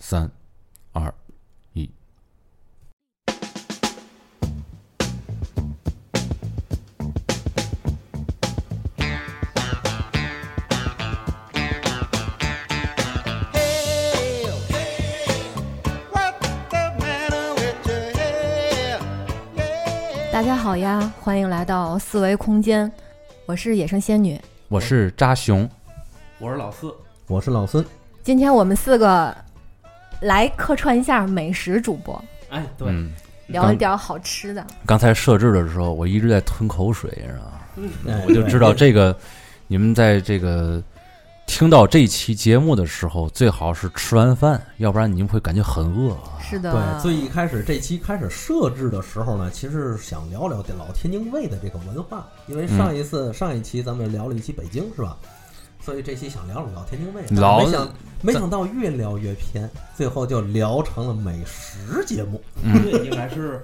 三、二、一。大家好呀，欢迎来到四维空间，我是野生仙女。我是扎熊，我是老四，我是老孙，今天我们四个来客串一下美食主播，哎，对，嗯，啊聊一点好吃的。刚才设置的时候，我一直在吞口水，你知道吗？嗯我我就知道这个，你们在这个听到这期节目的时候，最好是吃完饭，要不然你们会感觉很饿啊。是的，对，最一开始这期开始设置的时候呢，其实是想聊聊老天津卫的这个文化，因为上一嗯次、上一期咱们聊了一期北京是吧？所以这期想聊聊老天津卫，但老没想没想到越聊越偏，最后就聊成了美食节目。这应该是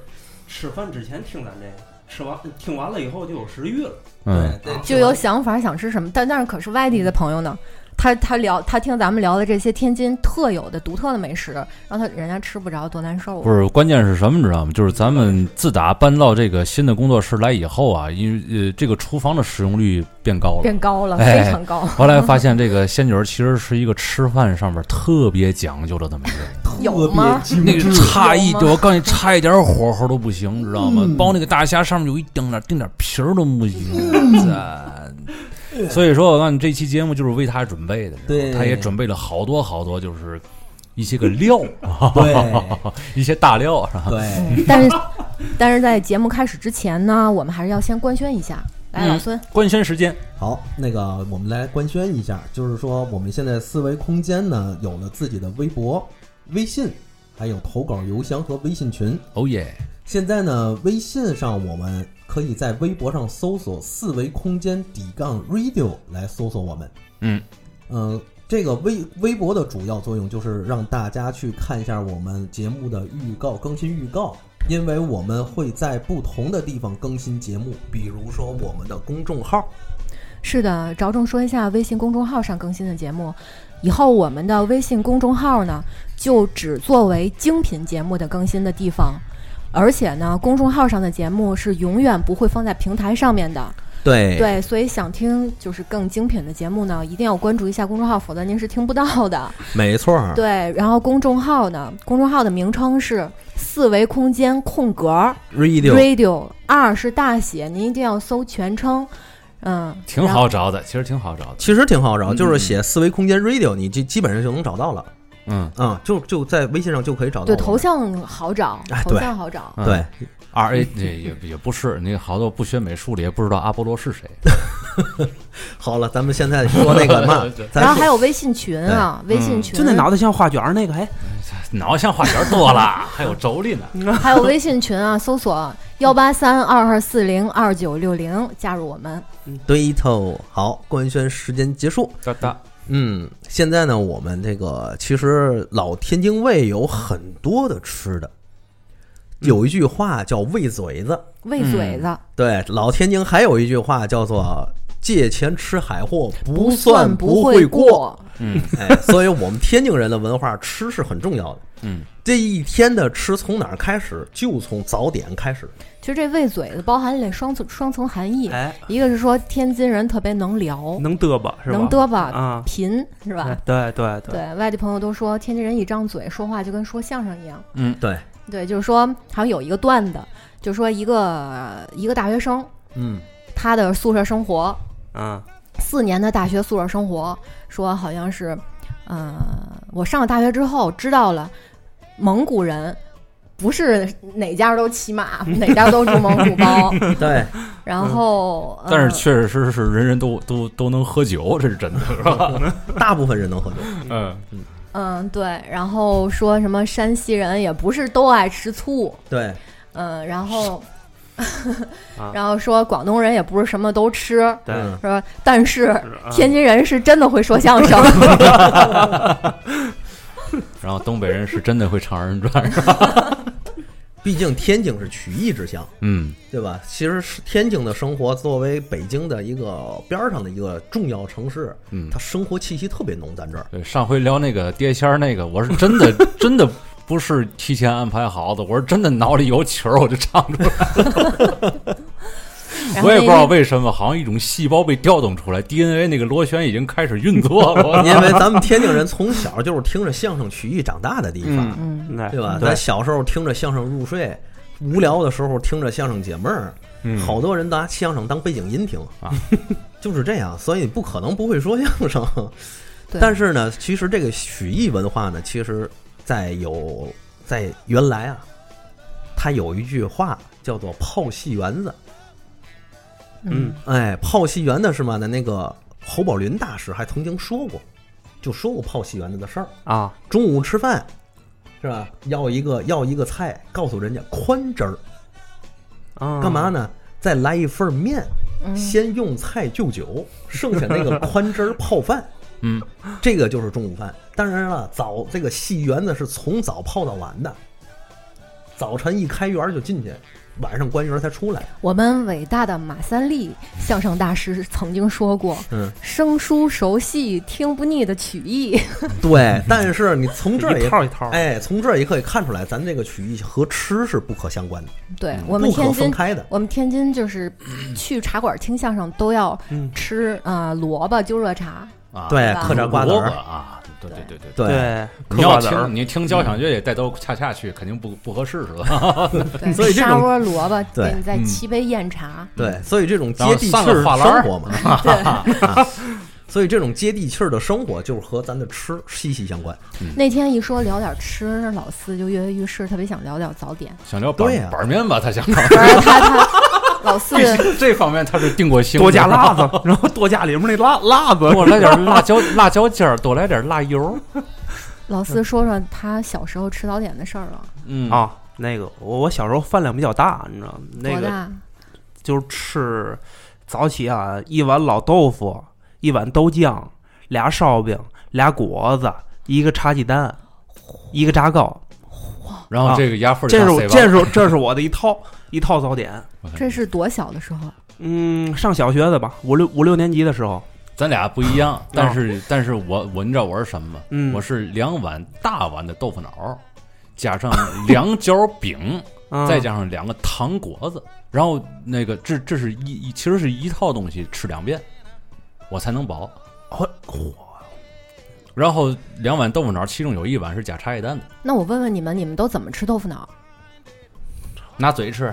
吃饭之前听咱这个，吃完听完了以后就有食欲了。嗯，对，就有想法想吃什么，但但是可是外地的朋友嗯呢，他他聊他听咱们聊的这些天津特有的独特的美食，让他人家吃不着多难受啊。不是，关键是什么，你知道吗？就是咱们自打搬到这个新的工作室来以后啊，因为呃，这个厨房的使用率变高了。变高了，哎非 常高，后来发现，这个仙女儿其实是一个吃饭上面特别讲究的那么一个人。有吗？那个差一，嗯有吗嗯我告诉你，差一点火候都不行，你知道吗？包那个大虾上面有一丁点儿丁点儿皮儿都不行，嗯 真所以说，我告诉你，这期节目就是为他准备的，对他也准备了好多好多，就是一些个料， 对一些大料，是吧？对，但是但是在节目开始之前呢，我们还是要先官宣一下。来，嗯老孙， 官宣时间，好，那个我们来官宣一下，就是说我们现在思维空间呢有了自己的微博、微信，还有投稿邮箱和微信群。哦耶！现在呢，微信上我们可以在微博上搜索“四维空间底杠 radio” 来搜索我们。嗯嗯、这个微微博的主要作用就是让大家去看一下我们节目的预告、更新预告，因为我们会在不同的地方更新节目，比如说我们的公众号。是的，着重说一下微信公众号上更新的节目。以后我们的微信公众号呢，就只作为精品节目的更新的地方，而且呢，公众号上的节目是永远不会放在平台上面的。对对，所以想听就是更精品的节目呢，一定要关注一下公众号，否则您是听不到的。没错儿。对，然后公众号呢，公众号的名称是四维空间空格儿 radio radio，二是大写，您一定要搜全称。嗯，挺然后好找的，其实挺好找的，其实挺好找，嗯就是写四维空间 radio，你基基本上就能找到了嗯，啊、就就在微信上就可以找到。对，头。像好找哎，头对像好找。嗯对， ，R A 这也也不是，那个好多不学美术的也不知道阿波罗是谁， 好了，咱们现在说那个嘛对，然咱后还有微信群啊，微信群，就那脑袋像花卷儿那个，哎，脑像画圆多了， 还有妯娌呢。还有微信群啊，搜索幺八三二二四零二九六零，加入我们。对头。好，官宣时间结束。哒哒，嗯，现在呢，我们这个其实老天津卫有很多的吃的，有一句话叫“喂嘴子喂嘴子，”，对，老天津还有一句话叫做“借钱吃海货，不算不会过”。过。嗯哎，所以我们天津人的文化吃是很重要的。嗯，这一天的吃从哪儿开始？就从早点开始。其实这喂嘴子包含了双层双层含义，哎，一个是说天津人特别能聊，能嘚吧是吧？哦能嘚吧，啊，贫是吧？对对对，对外地朋友都说，天津人一张嘴说话就跟说相声一样。嗯，对，对，就是说，好像有一个段子，就说一个呃一个大学生，嗯，他的宿舍生活，啊，四年的大学宿舍生活，说好像是，呃，我上了大学之后知道了，蒙古人不是哪家都骑马，哪家都住蒙古包，对，然后，呃嗯但是确确实实是人人都都都能喝酒，这是真的，是 吧？大部分人能喝酒。嗯，嗯，对，然后说什么山西人也不是都爱吃醋，对，嗯，然后啊， 然后说广东人也不是什么都吃，对，嗯说但是是啊天津人是真的会说相声， 然后东北人是真的会唱二人转，是吧？毕竟天津是曲艺之乡，嗯，对吧？其实是天津的生活作为北京的一个边儿上的一个重要城市，嗯它生活气息特别浓。咱这儿对，上回聊那个碟仙儿那个，我是真的 真的不是提前安排好的，我是真的脑里有曲儿我就唱出来，然后我也那不知道天为什么，好像一种细胞被调动出来，DNA 那个螺旋已经开始运作 了。因为咱们天津人从小就是听着相声曲艺长大的地方，嗯，那对吧？对咱，小时候听着相声入睡，无聊的时候听着相声解闷儿，嗯好多人拿相声当背景音听啊， 就是这样，所以不可能不会说相声。对，但是呢，其实这个曲艺文化呢，其实在有在原来啊，它有一句话叫做“泡戏园子嗯”。哎，泡戏园子是嘛呢？那个侯宝林大师还曾经说过，就说过泡戏园子的事儿。啊，中午吃饭是吧？要一个要一个菜，告诉人家宽汁儿，干嗯嗯干嘛？呢？再来一份面，嗯先用菜就酒，剩下那个宽汁儿泡 饭。嗯，这个就是中午饭。当然了，早这个戏园子是从早泡到晚的，早晨一开园就进去，晚上关园才出来。我们伟大的马三立相声大师曾经说过嗯， “生疏熟悉，听不腻的曲艺 对。但是你从这儿一也。套一套，哎，从这儿也可以看出来，咱这个曲艺和吃是不可相关的，”，对嗯我们不可天分津，开嗯的。我们天津就是去茶馆听相声都要嗯吃啊、呃萝卜揪热 茶，啊对，吧嗑着瓜子萝卜儿，啊，对对对对。对，对，你嗑瓜要子儿听你听嗯交响乐也带刀恰恰去，肯定不不合适是吧？对，所以这种砂锅萝卜对给你再嗯沏杯燕茶，对，所以这种接然后地气上个儿画生栏儿活嘛，啊 所以这种接地气儿的生活就是和咱的吃息息相关。那天一说聊点吃，老四就跃跃欲试，特别想聊点早 点。想聊板对呀板面吧，他想然后他他老 四这方面他是定过性的，多加辣子，然后多加里面那辣辣 子，多来点辣椒辣椒尖儿，多来点辣油。老四说说他小时候吃早点的事儿了，嗯，啊，那个我我小时候饭量比较大，你知道吗？那多个大？就是吃早起啊，一碗老豆腐，一碗豆浆，俩烧饼，俩果子，一个茶鸡蛋，一个炸糕。然后这个牙缝儿这上是塞我吧这是我这是我的一套一套早点。这是多小的时候？啊嗯，上小学的吧，五六五六年级的时候，咱俩不一样，但是但是我我你知道我是什么吗？嗯我是两碗大碗的豆腐脑儿，加上两角饼，嗯、再加上两个糖果子，然后那个这这是一一其实是一套东西吃两遍，我才能饱。哦然后两碗豆腐脑，其中有一碗是加茶叶蛋的，那我问问你们，你们都怎么吃豆腐脑？拿嘴吃。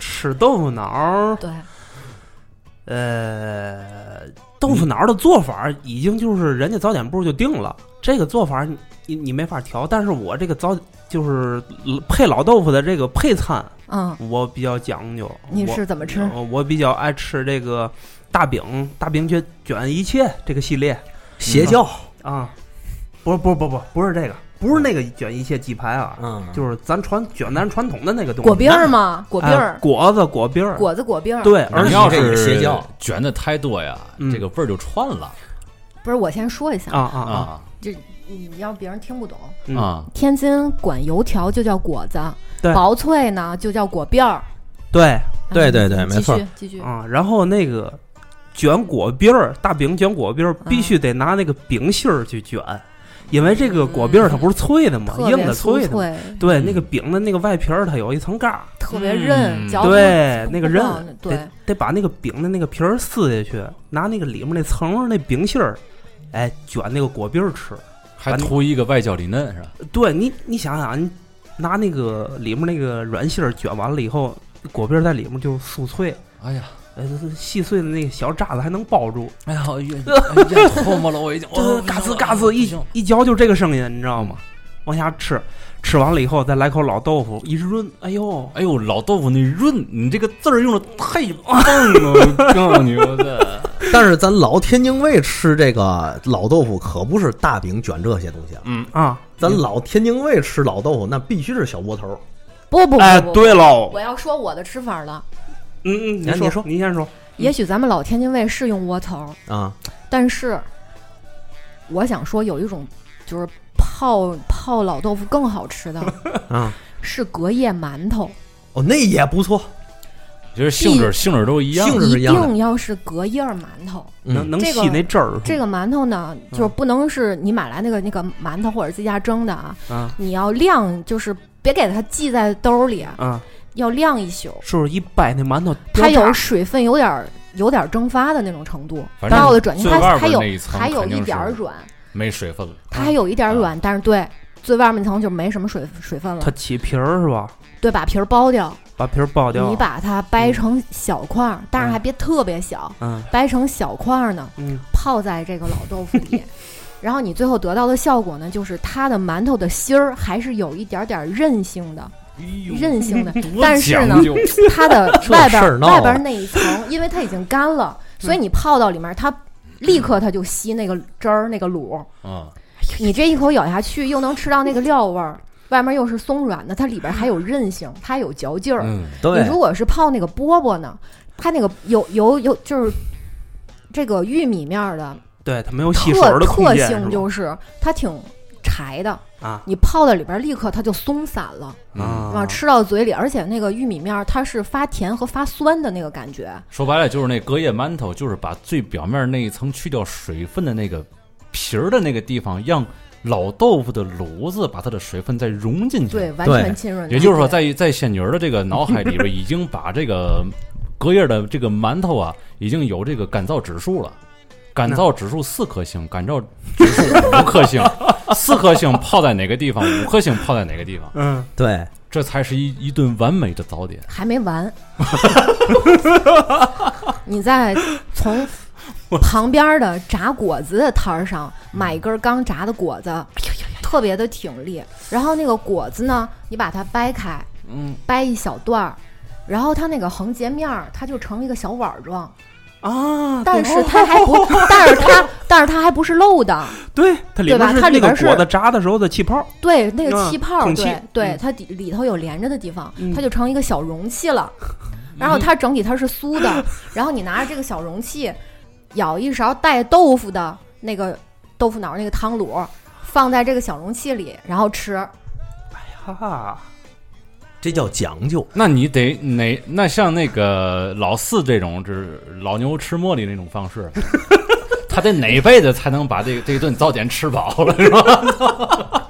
吃豆腐脑儿，对，呃，豆腐脑儿的做法儿已经就是人家早点部就定了，这个做法儿你你你没法调。但是我这个早就是配老豆腐的这个配餐，嗯，我比较讲究。你我是怎么吃？我我比较爱吃这个大饼，大饼卷卷一切这个系列邪教，啊，不是不是不是不是不是这个，不是那个卷一切鸡排啊，嗯，就是咱传卷咱传统的那个东西，果篦儿吗？果篦哎儿，果子果篦儿，果子果篦儿。，对，而你且要这个邪是教卷的太多呀，嗯这个味儿就串了不是我先说一下，啊啊啊啊你要别人听不懂，嗯啊！天津管油条就叫果子，对薄脆呢就叫果篦儿。对对对对嗯没错继续继续。啊，然后那个卷果篦儿，大饼卷果篦儿嗯必须得拿那个饼芯儿去卷，因为这个果篦儿它不是脆的嘛，嗯特硬别的酥脆的嘛。脆，对，嗯那个饼的那个外皮儿，它有一层盖儿，特别韧，嗯嚼起来对，那个不韧棒的，对得得把那个饼的那个皮儿撕下去，拿那个里面那层儿那饼芯儿，哎，卷那个果篦儿吃。还涂一个外焦里嫩是吧？对你，你想想，你拿那个里面那个软芯儿卷完了以后，果篦儿在里面就酥脆，哎呀，呃，细碎的那个小渣子还能包住。哎呀，我 咽咽唾沫哦了，我已经哎就是嘎吱嘎吱一一嚼就这个声音，你知道吗？往下吃，吃完了以后再来口老豆腐，一润，哎呦，哎呦，老豆腐那润，你这个字儿用的太棒了，我告诉你，我的，但是咱老天津卫吃这个老豆腐可不是大饼卷这些东西啊，嗯，啊！咱老天津卫吃老豆腐那必须是小窝头儿，不不不哎，不，对喽我，要说我的吃法了。嗯嗯，哎你你说您先说，也许咱们老天津卫是用窝头，啊，但是我想说有一种就是泡泡老豆腐更好吃的嗯啊，是隔夜馒头，哦，那也不错，其实性质性质都一样性。质是一样的定要是隔夜馒头。能嗯，能这个吸那汁儿。这个馒头呢，嗯就是不能是你买来那个那个馒头或者自家蒸的啊，啊你要晾，就是别给它系在兜里，啊，要晾一宿，是不是一掰那馒头掉它渣有水分，有点儿有点儿蒸发的那种程度，反正到了转型，最它外还边有那一层还有肯定一点儿是嗯软，没水分了。它还有一点儿软，但是对最外面那层就没什么水水分它了，起皮儿是吧？对，把皮儿剥掉，把皮儿剥掉。你把它掰成小块嗯儿，但是还别特别小，嗯掰成小块儿呢，嗯泡在这个老豆腐 里。然后你最后得到的效果呢，就是它的馒头的芯儿还是有一点点儿韧性的，哎韧性的，但是呢讲 究， 它的 这外事儿边闹的啊嗯外边那一层，因为它已经干了，所以你泡到里面，它立刻它就吸那个汁儿、那个卤。嗯，你这一口咬下去，又能吃到那个料味儿，外面又是松软的，它里边还有韧性，它还有嚼劲儿。嗯，对你如果是泡那个饽饽呢，它那个有有有就是这个玉米面儿的对，它没有吸水特儿的空特间性吧就是它挺柴的，啊你泡到里边儿立刻它就松散了。嗯啊，啊，吃到嘴里，而且那个玉米面儿它是发甜和发酸的那个感觉，说白了就是那隔夜馒头，就是把最表面那一层去掉水分的那个皮儿的那个地方，让老豆腐的炉子把它的水分再融进去。对，完对全浸润。也就是说在，在仙女儿的这个脑海里边，已经把这个隔夜的这个馒头啊，已经有这个干燥指数了。干燥指数四颗星，干燥指数五颗星，四颗星泡在哪个地方，五颗星泡在哪个地方，嗯，对，这才是一一顿完美的早点。还没 完，你再从旁边儿的炸果子的摊儿上买一根儿刚炸的果哎子，特别的挺立。然后那个果子呢，你把它掰开，嗯，掰一小段儿，然后它那个横截面儿，它就成一个小碗儿状，啊，但对是它还不，但是它，但是它还不是漏的。哦对，它里对边吧是它里那个边是果子炸的时候的气泡，对，那个嗯气泡，孔气对对嗯，它底里头有连着的地方，嗯它就成一个小容器 了。然后它整体它是酥的，然后你拿着这个小容器，舀一勺带豆腐的那个豆腐脑那个汤卤，放在这个小容器里，然后吃。哈哈，这叫讲究。那你得哪？那像那个老四这种，就是老牛吃茉莉那种方式，他得哪辈子才能把这个这顿早点吃饱了， 是吧？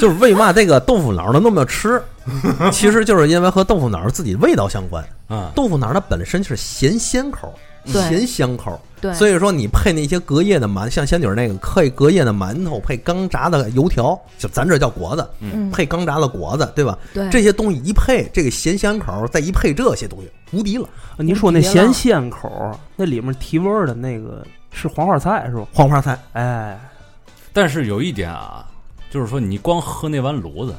就是为嘛这个豆腐脑儿能那么吃， 其实就是因为和豆腐脑儿自己味道相关。啊，豆腐脑儿它本身是咸鲜口儿，对咸香口儿，对，所以说你配那些隔夜的馒，像仙女儿那个配隔夜的馒头，配刚炸的油条，就咱这叫果子，嗯，配刚炸的果子，对吧？对，这些东西一配，这个咸香口儿，再一配这些东西，无敌了。你说那别了咸鲜口儿，那里面提味儿的那个是黄花菜是吧？黄花菜，哎，但是有一点啊，就是说你光喝那碗炉子，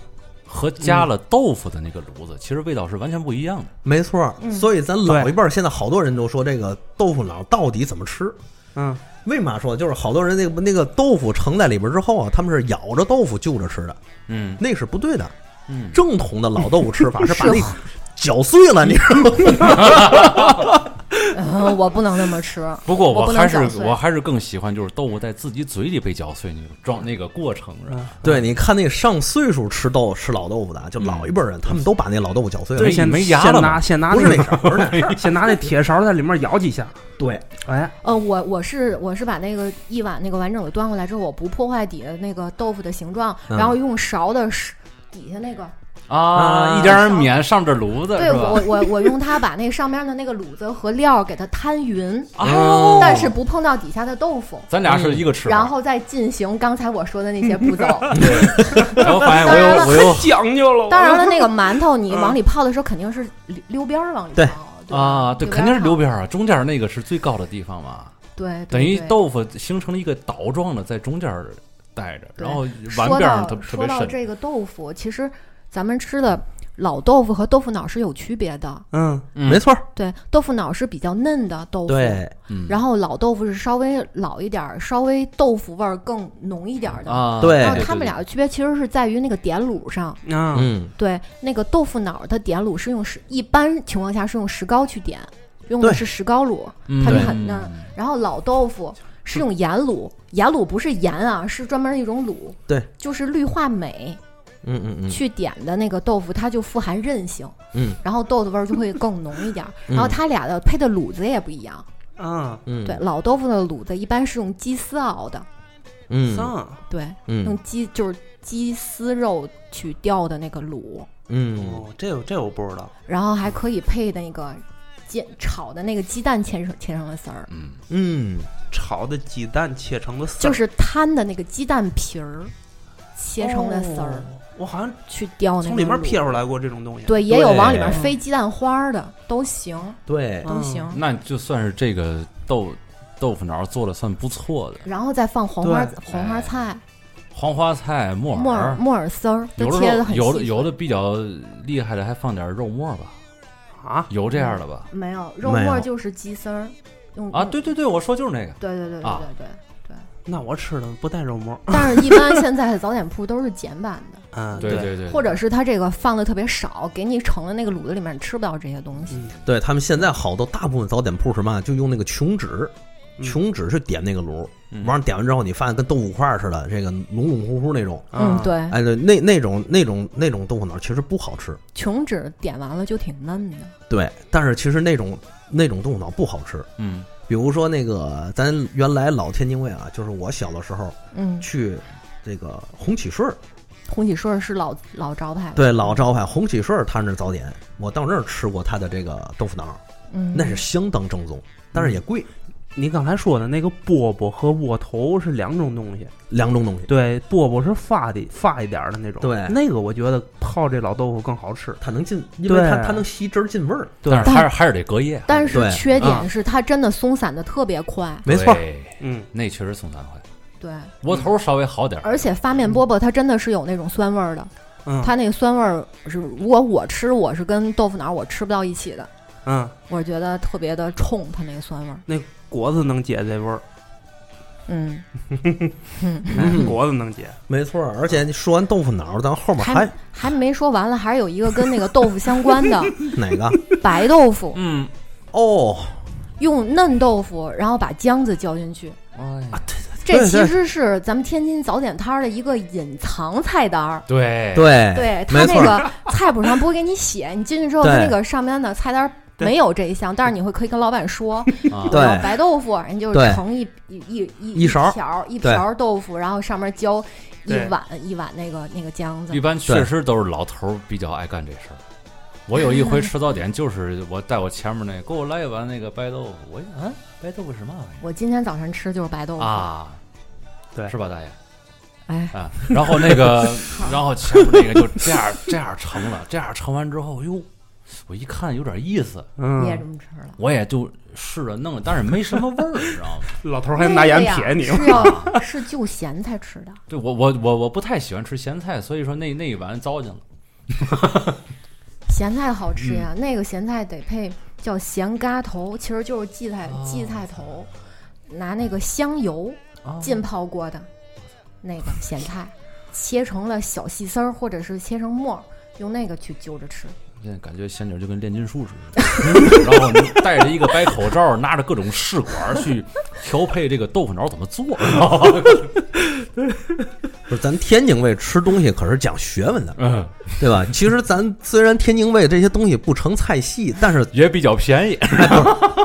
和加了豆腐的那个炉子，其实味道是完全不一样的。没错儿。嗯所以咱老对一辈儿现在好多人都说这个豆腐脑儿到底怎么吃。嗯，为嘛说？就是好多人那个那个豆腐盛在里边之后啊，他们是咬着豆腐就着吃的，嗯那是不对的。嗯，正统的老豆腐吃法是把那搅碎了，你知道吗？ 嗯我不能那么吃。不过我我不还能是搅碎我还是更喜欢就是豆腐在自己嘴里被搅碎那个状那个过程，是吧？对，你看那上岁数吃豆吃老豆腐的啊，就老一辈人，他们都把那老豆腐搅碎对哎了没。先没牙了先吗拿先拿不是那那啥，不 是那个， 先拿那铁勺在里面舀几下，对，哎，呃，我我是我是把那个一碗那个完整的端过来之后，我不破坏底下那个豆腐的形状，嗯然后用勺的底下那个啊，啊一点儿免上这炉子，对是吧我？我我用它把那上面的那个卤子和料给它摊匀，哦但是不碰到底下的豆腐，咱俩是一啊个吃法，嗯然后再进行刚才我说的那些 步骤。然后发现我有我 有讲究了当然了，那个馒头你往里泡的时候肯定是溜溜边儿往里泡对对吧啊，对，肯定是溜溜边儿边儿啊，中间那个是最高的地方嘛，泡。对，对等于对豆腐形成了一个岛状的，在中间儿带着，对然后说完到边上特特说别到深。这个豆腐，其实咱们吃的老豆腐和豆腐脑是有区别的。嗯，嗯没错儿，对，豆腐脑是比较嫩的豆腐，对，嗯然后老豆腐是稍微老一点儿，稍微豆腐味儿更浓一点儿的。啊，哎对然后他们俩的区别其实是在于那个点卤上，啊，嗯，对，那个豆腐脑的点卤是用石，一般情况下是用石膏去点，用的对是石膏卤，嗯它就对很嫩。然后老豆腐是用盐卤，盐卤不是盐啊，是专门一种卤，对，就是氯化镁，嗯嗯嗯去点的那个豆腐，它就富含韧性，嗯，然后豆子味儿就会更浓一点儿。嗯然后它俩的配的卤子也不一样，啊，嗯，对，，老豆腐的卤子一般是用鸡丝熬的，嗯丧对，用嗯鸡就是鸡丝肉去吊的那个卤，嗯，哦，这这我不知道，然后还可以配那个煎炒的那个鸡蛋切成切成了丝儿，嗯，嗯，炒的鸡蛋切成的丝儿，就是摊的那个鸡蛋皮儿切成的丝儿、哦我好像去吊那个从里面卤撇出来过这种东西，对，也有往里对面飞鸡蛋花儿的，都行，嗯对，都行。那就算是这个豆豆腐脑做的算不错的，然后再放黄花对黄花菜、黄花菜、木木耳耳，木耳丝儿，有的都切时候的很有的细有的比较厉害的还放点肉末吧，啊，有这样的吧？碎没有肉没有末就是鸡丝儿，用啊，用对对对，我说就是那个，对对对对啊对对。那我吃的不带肉沫，但是，一般现在的早点铺都是简版的，嗯，对对对，或者是它这个放的特别少，给你盛的那个卤子里面你吃不到这些东西。嗯，对他们现在好多大部分早点铺什么啊就用那个琼脂，嗯琼脂去点那个炉，嗯完了点完之后，你发现跟豆腐块儿似的，这个拢拢乎乎那种。嗯，啊，对，哎，对，那那种那种那种豆腐脑其实不好吃，琼脂点完了就挺嫩的。对，但是其实那种那种豆腐脑不好吃。嗯比如说那个咱原来老天津卫啊，就是我小的时候嗯，去这个红喜顺儿，红喜顺是老老招牌了，对老招牌红喜顺儿他那儿早点，我到那儿吃过他的这个豆腐脑，嗯，那是相当正宗，但是也贵，你刚才说的那个饽饽和窝头是两种东西，两种东西，对，饽饽是发的发一点儿的那种，对那个我觉得泡这老豆腐更好吃，它能进，因为它对它能吸汁儿进味儿，但是还是还是得隔夜，但对是缺啊点是它真的松散的特别快，没错儿，对，嗯，那确实松散快，对，窝头稍微好点儿，而且发面饽饽它真的是有那种酸味儿的，嗯它那个酸味儿是如果我吃我是跟豆腐脑儿我吃不到一起的，嗯，我觉得特别的冲它那个酸味儿，果子能解这 味儿，嗯，哎果子能解，没错儿。而且你说完豆腐脑儿，咱后面还还还没说完了，还是有一个跟那个豆腐相关的哪个？白豆腐，嗯，哦，用嫩豆腐然后把姜子浇进去，哎呀这对其对实是咱们天津早点摊儿的一个隐藏菜单儿。对对对哎他没错那个菜谱上不会给你写，你进去之后，他对那个上面的菜单儿对没有这一项，但是你会可以跟老板 说，啊对然后白豆腐，人就对盛一一一一一勺瓢儿一对瓢儿豆腐，然后上面浇一对碗一碗那个那个姜子一，般确实都是老头儿比较爱干这事儿。我有一回吃早点，就是我带我前面那，给我来一碗那个白豆腐。我一啊，白豆腐什么玩意我今天早晨吃的就是白豆儿腐，啊？对是吧，大爷？哎，啊，然后那 个，然后前面那个就这样这样盛了，这样盛完之后，哟，我一看有点意思，你也这嗯，么吃了，我也就试着弄，但是没什么味儿，你知 道吗？老头儿那还拿盐个呀撇 你，是要是就咸才吃的，对我我我我不太喜欢吃咸菜，所以说那那一碗糟践了。咸菜好吃嗯呀，那个咸菜得配叫咸嘎头，其实就是荠菜哦荠菜头，拿那个香油。哦啊浸泡过的那个咸菜，切成了小细丝儿，或者是切成末儿，用那个去揪着吃。现在感觉仙女就跟炼金术似 的，然后你戴着一个白口罩，拿着各种试管儿去调配这个豆腐脑怎么做，知道吧 不是咱天津卫吃东西可是讲学问的，嗯，对吧？其实咱虽然天津卫这些东西不成菜系，但是也比较便宜。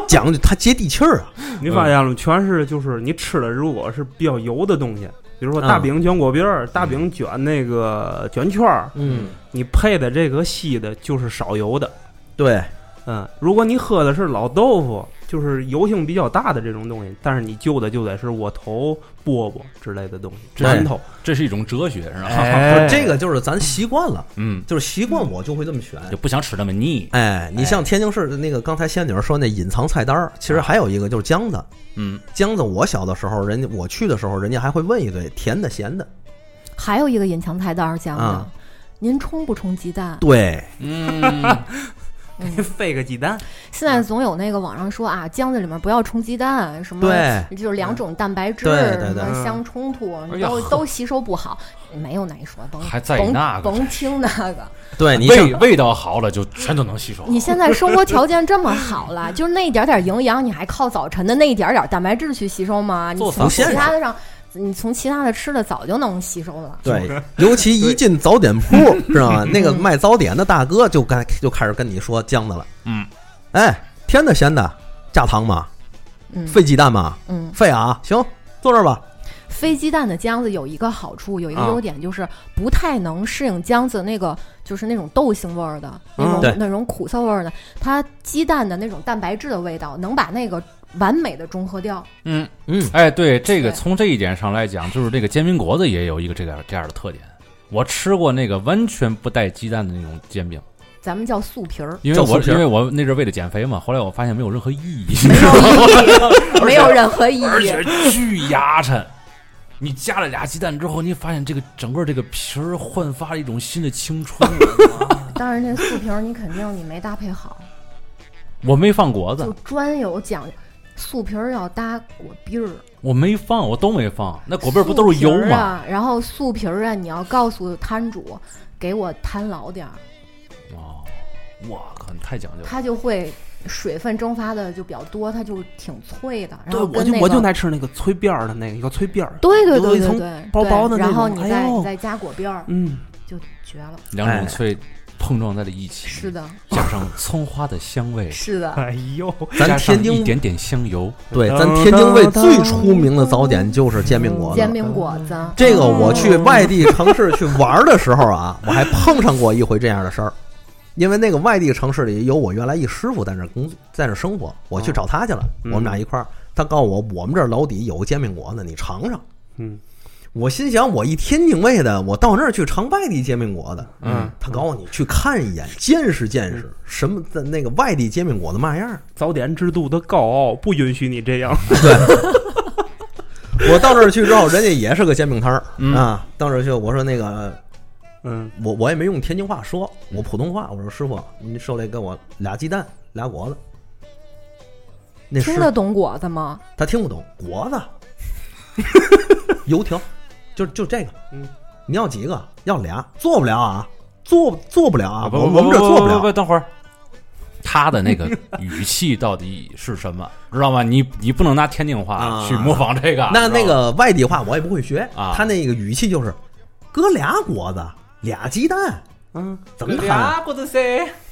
讲究它接地气儿啊。你发现了吗？全是就是你吃的，如果是比较油的东西，比如说嗯大饼卷果饼儿、大饼卷那个卷圈儿，嗯，你配的这个稀的就是少油的。对，嗯，如果你喝的是老豆腐，就是油性比较大的这种东西，但是你就的就得是窝头、饽饽之类的东西，对馒头。这是一种哲学，是吧？不哎是这个就是咱习惯了，嗯，就是习惯我就会这么选。就不想吃那么腻。哎，你像天津市的那个刚才仙女说那隐藏菜单儿，其实还有一个就是姜子。啊嗯，姜子，我小的时候，人家我去的时候，人家还会问一嘴甜的、咸的。还有一个隐藏菜单儿讲的，啊您冲不冲鸡蛋？对，嗯， 费个鸡蛋，现在总有那个网上说啊，姜子里面不要冲鸡蛋，什么对就是两种蛋白质，对对对什么相冲突，哎呀都都吸收不好。没有哪一说，甭还在意那个甭甭听那个。对，你像味味道好了就全都能吸收。 你现在生活条件这么好了，就是那一点点营养，你还靠早晨的那一点点蛋白质去吸收吗？你做从早其餐他的上你从其他的吃的早就能吸收了。对，尤其一进早点 铺，知道吗？那个卖早点的大哥就该就开始跟你说姜的了。嗯，哎，甜的咸的，加糖吗？嗯费鸡蛋吗？嗯，费啊，行，坐这儿吧。飞鸡蛋的浆子有一个好处，有一个啊优点就是不太能适应浆子那个就是那种豆腥味儿的那嗯种、对那种苦涩味儿的，它鸡蛋的那种蛋白质的味道能把那个完美的中和掉。嗯，嗯，哎，对这个，对从这一点上来讲，就是这个煎饼果子也有一个这个这样的特点。我吃过那个完全不带鸡蛋的那种煎饼，咱们叫素 皮儿，因为叫酥我皮儿因为我那阵为了减肥嘛，后来我发现没有任何意义，啊没有任何 意而义。且巨牙碜。你加了俩鸡蛋之后，你发现这个整个这个皮儿焕发了一种新的青 春。当然，这素皮儿你肯定你没搭配好，我没放果就子，专有讲究。素皮儿要搭果篦儿，我没放，我都没放。那果篦儿不都是油素皮儿吗？啊？然后素皮儿啊，你要告诉摊主，给我摊老点儿，哦，我靠，你太讲究了。它就会水分蒸发的就比较多，它就挺脆的。然对，后我跟就那个我就爱吃那个脆边儿的那个，有脆边儿。对对有对一对层对，薄薄的对那然后种你哎再、呦你再加果篦儿，嗯，就绝了。两哎种脆碰撞在了一起，是，的，加上葱花的香 味，是的，哎呦，咱加上天一津点点香油，对，咱天津卫最出名的早点就是煎饼果子煎了。饼果子。哦这个我去外地城市去玩的时候啊，哦我还碰上过一回这样的事儿。因为那个外地城市里有我原来一师傅在那儿工作，在那儿生活，我去找他去了，嗯我们俩一块儿。他告诉我，我们这儿楼底有个煎饼果子，你尝尝。嗯我心想，我一天津卫的，我到那儿去尝外地煎饼果子。嗯，他告诉你去看一眼，见识见识，什么在那个外地煎饼果子嘛样儿。早点制度的高傲不允许你这样。 我到那儿去之后，人家也是个煎饼摊儿、嗯啊。到那儿去，我说那个嗯我我也没用天津话说，我普通话，我说师傅，您手里给我俩鸡蛋，俩果子。那师听傅得懂果子吗？他听不懂果子，油条，就就这个，嗯，你要几个？要俩，做不了啊，做做不了啊，不我不我们这不做不了不，。等会儿，他的那个语气到底是什么？知道吗？你你不能拿天津话啊去模仿这个。知道那那吗个外地话我也不会学啊他那个语气就是，搁俩果子，俩鸡蛋，嗯，怎么摊啊？不得塞。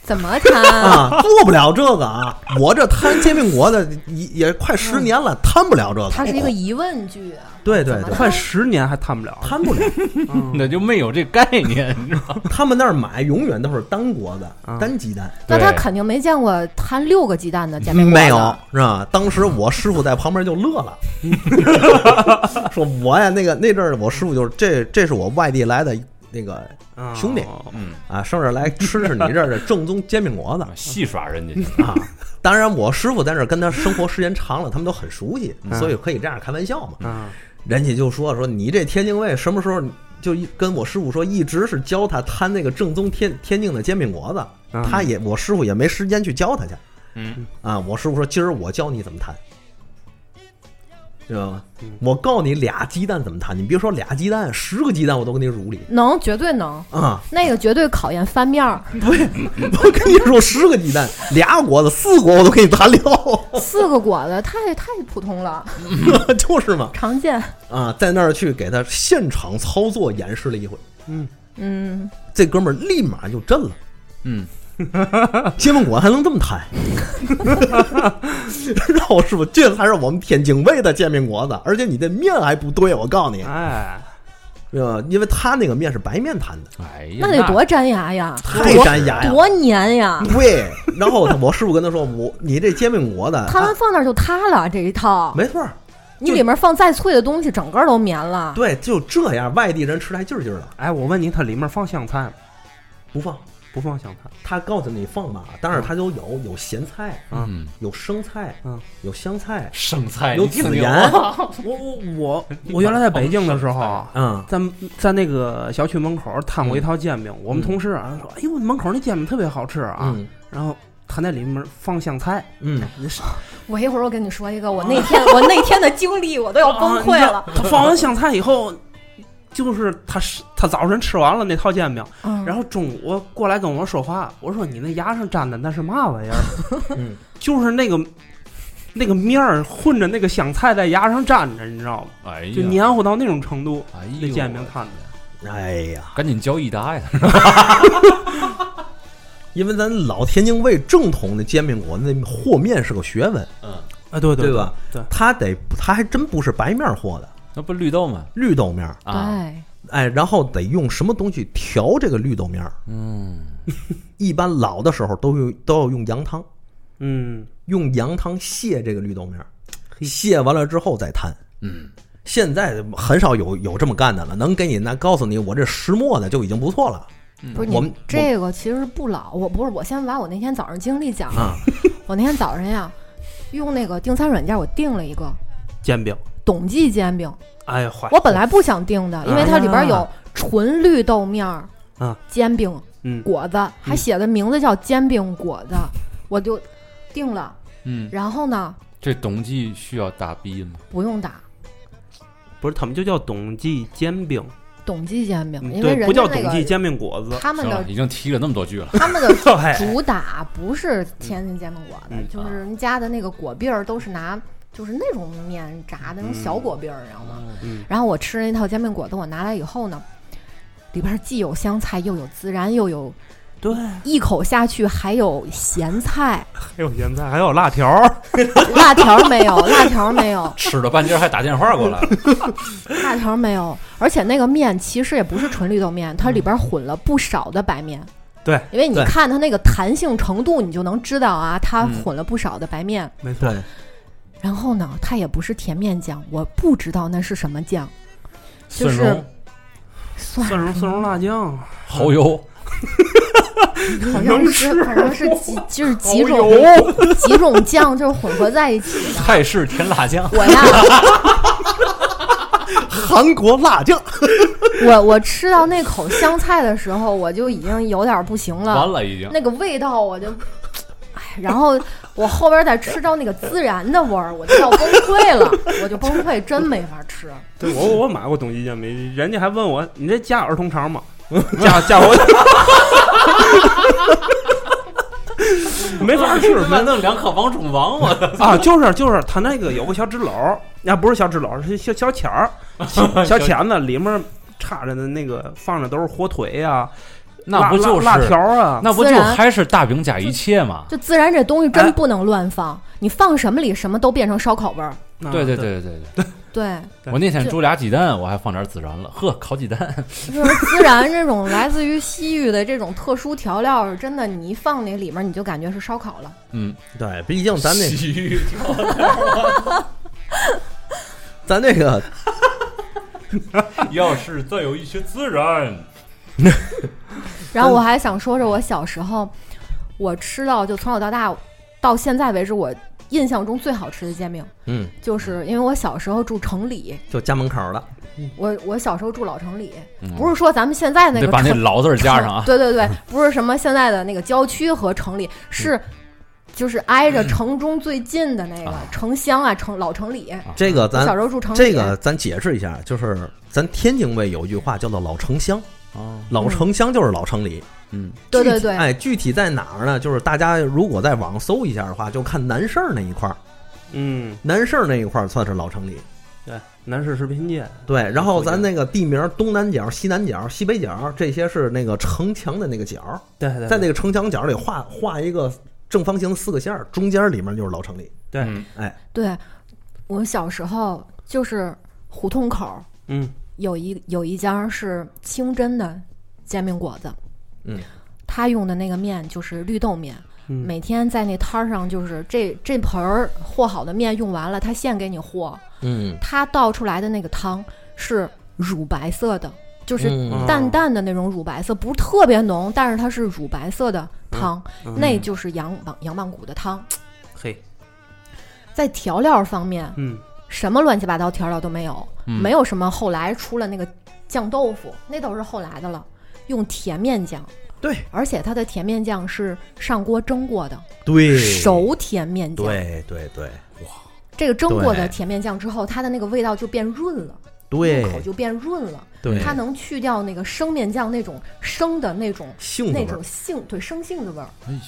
怎么摊？啊，做不了这个啊！我这摊煎饼果子也也快十年了，摊不了这个。嗯哦它是一个疑问句。啊对对怎么对，快十年还摊不了。摊 不了。那就没有这概念，你知道吗？他们那儿买永远都是单果子啊、单鸡蛋，那他对肯定没见过摊六个鸡蛋的煎饼果子。没有是吧？当时我师傅在旁边就乐 了，说我呀，那个那阵儿我师傅就是这，这是我外地来的那个嗯兄弟嗯，啊，上这儿来吃吃你这儿的正宗煎饼果子。戏耍人家。啊。当然，我师傅在那儿跟他生活时间长了，他们都很熟悉，嗯所以可以这样开玩笑嘛。嗯，人家就说说你这天津卫什么时候就一跟我师傅说，一直是教他摊那个正宗天天津的煎饼果子，嗯他也我师傅也没时间去教他去。嗯啊，我师傅说今儿我教你怎么摊，知道吗嗯？我告诉你俩鸡蛋怎么摊，你别说俩鸡蛋，十个鸡蛋我都给你乳里能，绝对能。啊。那个绝对考验翻面儿，我跟你说，十个鸡蛋，俩果子，四果我都给你摊了， 四个果子太太普通了，就是嘛。常见。啊，在那儿去给他现场操作演示了一回，嗯，这哥们儿立马就震了， 嗯，煎饼果还能这么 摊？让我师傅，这才是我们天津卫的煎饼果子，而且你这面还不对，我告诉你，哎，呃，因为他那个面是白面摊的，哎呀，那得多粘牙呀，太多粘牙哎呀。嗯多粘呀，对，然后他我师傅跟他说，我你这煎饼果子，摊啊完放那儿就塌了这一套。没错儿，你里面放再脆的东西，整个都绵了。对，就这样，外地人吃的还劲儿劲儿的，哎，我问你，它里面放香菜吗？不放。不放香菜。他告诉你放吧，但是他都有有咸菜，嗯，有生菜，嗯，有香菜，剩菜有你听孜听然，我我我 我原来在北京的时候啊，嗯，在在那个小区门口摊过一套煎饼，我们同事啊说：“哎呦，门口那煎饼特别好吃啊！”嗯然后他那里面放香菜，嗯，我一会儿我跟你说一个，我那天我那天的经历，我都要崩溃了啊。你知道他放完香菜以后，就是他是他早晨吃完了那套煎饼，嗯，然后中午过来跟 我说话，我说：“你那牙上粘的那是嘛玩意儿嗯？”就是那个那个面儿混着那个香菜在牙上粘着，你知道吗？哎就呀，黏糊到那种程度，哎那煎饼呀，摊子。哎呀，赶紧交易达呀！因为咱老天津卫正统的煎饼果子那和面是个学问，嗯，啊，对对对吧？对，它得它还真不是白面和的，那不绿豆吗？绿豆面儿，啊，对，哎，然后得用什么东西调这个绿豆面儿？嗯， 一般老的时候都用都要用羊汤，嗯，用羊汤卸这个绿豆面儿，嘿卸完了之后再摊。嗯，现在很少有有这么干的了，能给你那告诉你我这石磨的就已经不错了。不是我你们这个其实不老，我不是我先把我那天早上经历讲啊，我那天早上呀，用那个订餐软件我订了一个煎饼，董记煎饼，哎呀，坏，我本来不想订的，因为它里边有啊纯绿豆面儿啊煎饼嗯，果子，还写的名字叫煎饼果子，我就订了。嗯，然后呢，这冬季需要大逼吗？不用打不是，他们就叫董记煎饼，董记煎饼，因为嗯对，人不家叫那董记个煎饼果 子。他们行了的，已经提了那么多句了。他们的对，主打不是天津煎饼果子哎嗯，就啊是人家的那个果篦儿都是拿就是那种面炸的那种小果篦儿，你知道吗？嗯，然后我吃那套煎饼果子，我拿来以后呢，里边既有香菜，又有孜然，又有对，一口下去还有咸菜，还有咸菜，还有辣条，辣条没有，辣条没有，吃了半截儿还打电话过来了，辣条没有。而且那个面其实也不是纯绿豆面，它里边混了不少的白面。嗯对，因为你对看它那个弹性程度，你就能知道啊，它嗯混了不少的白面。没错，对，然后呢，它也不是甜面酱，我不知道那是什么酱， 就蒜是嗯蓉、蒜蒜蓉蒜蓉辣酱，蚝油， 好像能是吃哦反正是 几就是蚝几种 油，几种酱就是混合在一起的。泰式甜辣 酱。我呀，韩国辣酱，我我吃到那口香菜的时候，我就已经有点不行了，完了已经，那个味道我就，哎，然后我后边再吃到那个孜然的味儿，我就要崩溃了，我就崩溃，真没法吃。对我我买过董记煎饼，人家还问我你这加儿童肠吗？加加 我，没法吃，没弄两颗王中王，我的啊，就是就是，它那个有个小纸篓儿，那、不是小纸篓儿，是小小钱儿， 小小钳子，里面插着的那个放着都是火腿呀、那不辣就是辣辣条啊？那不孜就然还是大饼加一切吗？就孜然这东西真哎不能乱放，你放什么里什么都变成烧烤味儿。啊对对对对，对对对，对，对我那天就煮俩鸡蛋，我还放点孜然了，呵，烤鸡蛋，就是孜然这种来自于西域的这种特殊调料，真的你一放那里面，你就感觉是烧烤了。嗯，对，毕竟咱 那西域 咱那个要是再有一些孜然，然后我还想说说我小时候，我吃到就从小到大到现在为止，我印象中最好吃的煎饼，嗯，就是因为我小时候住城里，就家门口了，我我小时候住老城里，嗯不是说咱们现在那得个把那城老字儿加上啊，嗯 对对对，不是什么现在的那个郊区和城里，是就是挨着城中最近的那个啊城乡啊，城老城里。这个我小咱时候住城里，这个咱解释一下，就是咱天津卫有一句话叫做“老城乡”，哦，老城乡就是老城里。嗯，对具对体对哎，具体在哪儿呢？就是大家如果在网上搜一下的话，就看南市儿那一块儿，嗯，南市儿那一块儿算是老城里。对，南市食品街，对，然后附近咱那个地名儿东南角、西南角、西北角，这些是那个城墙的那个角儿，对对对在那个城墙角里画画一个正方形的四个线儿，中间儿里面就是老城里。对，嗯对，我小时候就是胡同口嗯，有一有一家是清真的煎饼果子，嗯，他用的那个面就是绿豆面。嗯每天在那摊儿上，就是这这盆儿和好的面用完了，他现给你和，嗯，它倒出来的那个汤是乳白色的，就是嗯淡淡的那种乳白色，不是特别浓，但是它是乳白色的汤，嗯那就是羊棒羊棒骨的汤。嘿，在调料方面，嗯，什么乱七八糟调料都没有，嗯没有什么后来出了那个酱豆腐，那都是后来的了，用甜面酱。对，而且它的甜面酱是上锅蒸过的，对，熟甜面酱。对对对这个蒸过的对甜面酱之后，它的那个味道就变润了，入口对就变润了。对，它能去掉那个生面酱那种生的那种性子那味儿哎种。性对生性的味儿。哎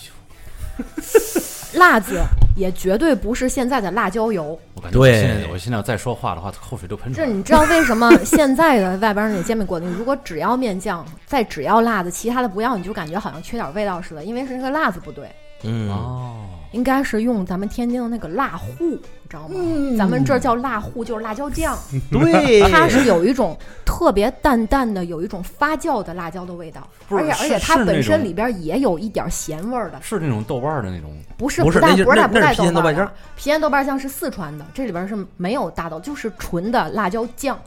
呦，辣子也绝对不是现在的辣椒油。我感觉我对现在我现在再说话的话，口水都喷出这来了。你知道为什 么现在的外边那煎饼果子，你如果只要面酱，再只要辣子，其他的不要，你就感觉好像缺点味道似的，因为是那个辣子不对， 嗯，哦，应该是用咱们天津的那个辣糊，你知道吗？嗯咱们这儿叫辣糊，就是辣椒酱，对，它是有一种特别淡淡的，有一种发酵的辣椒的味道，不而是且而且是它是那本身种里边也有一点咸味儿的，是那种豆瓣儿的那种，不是不是带那就不是带那不带那是郫县豆瓣酱酱，郫县啊豆瓣酱是四川的，这里边是没有大豆，就是纯的辣椒 酱，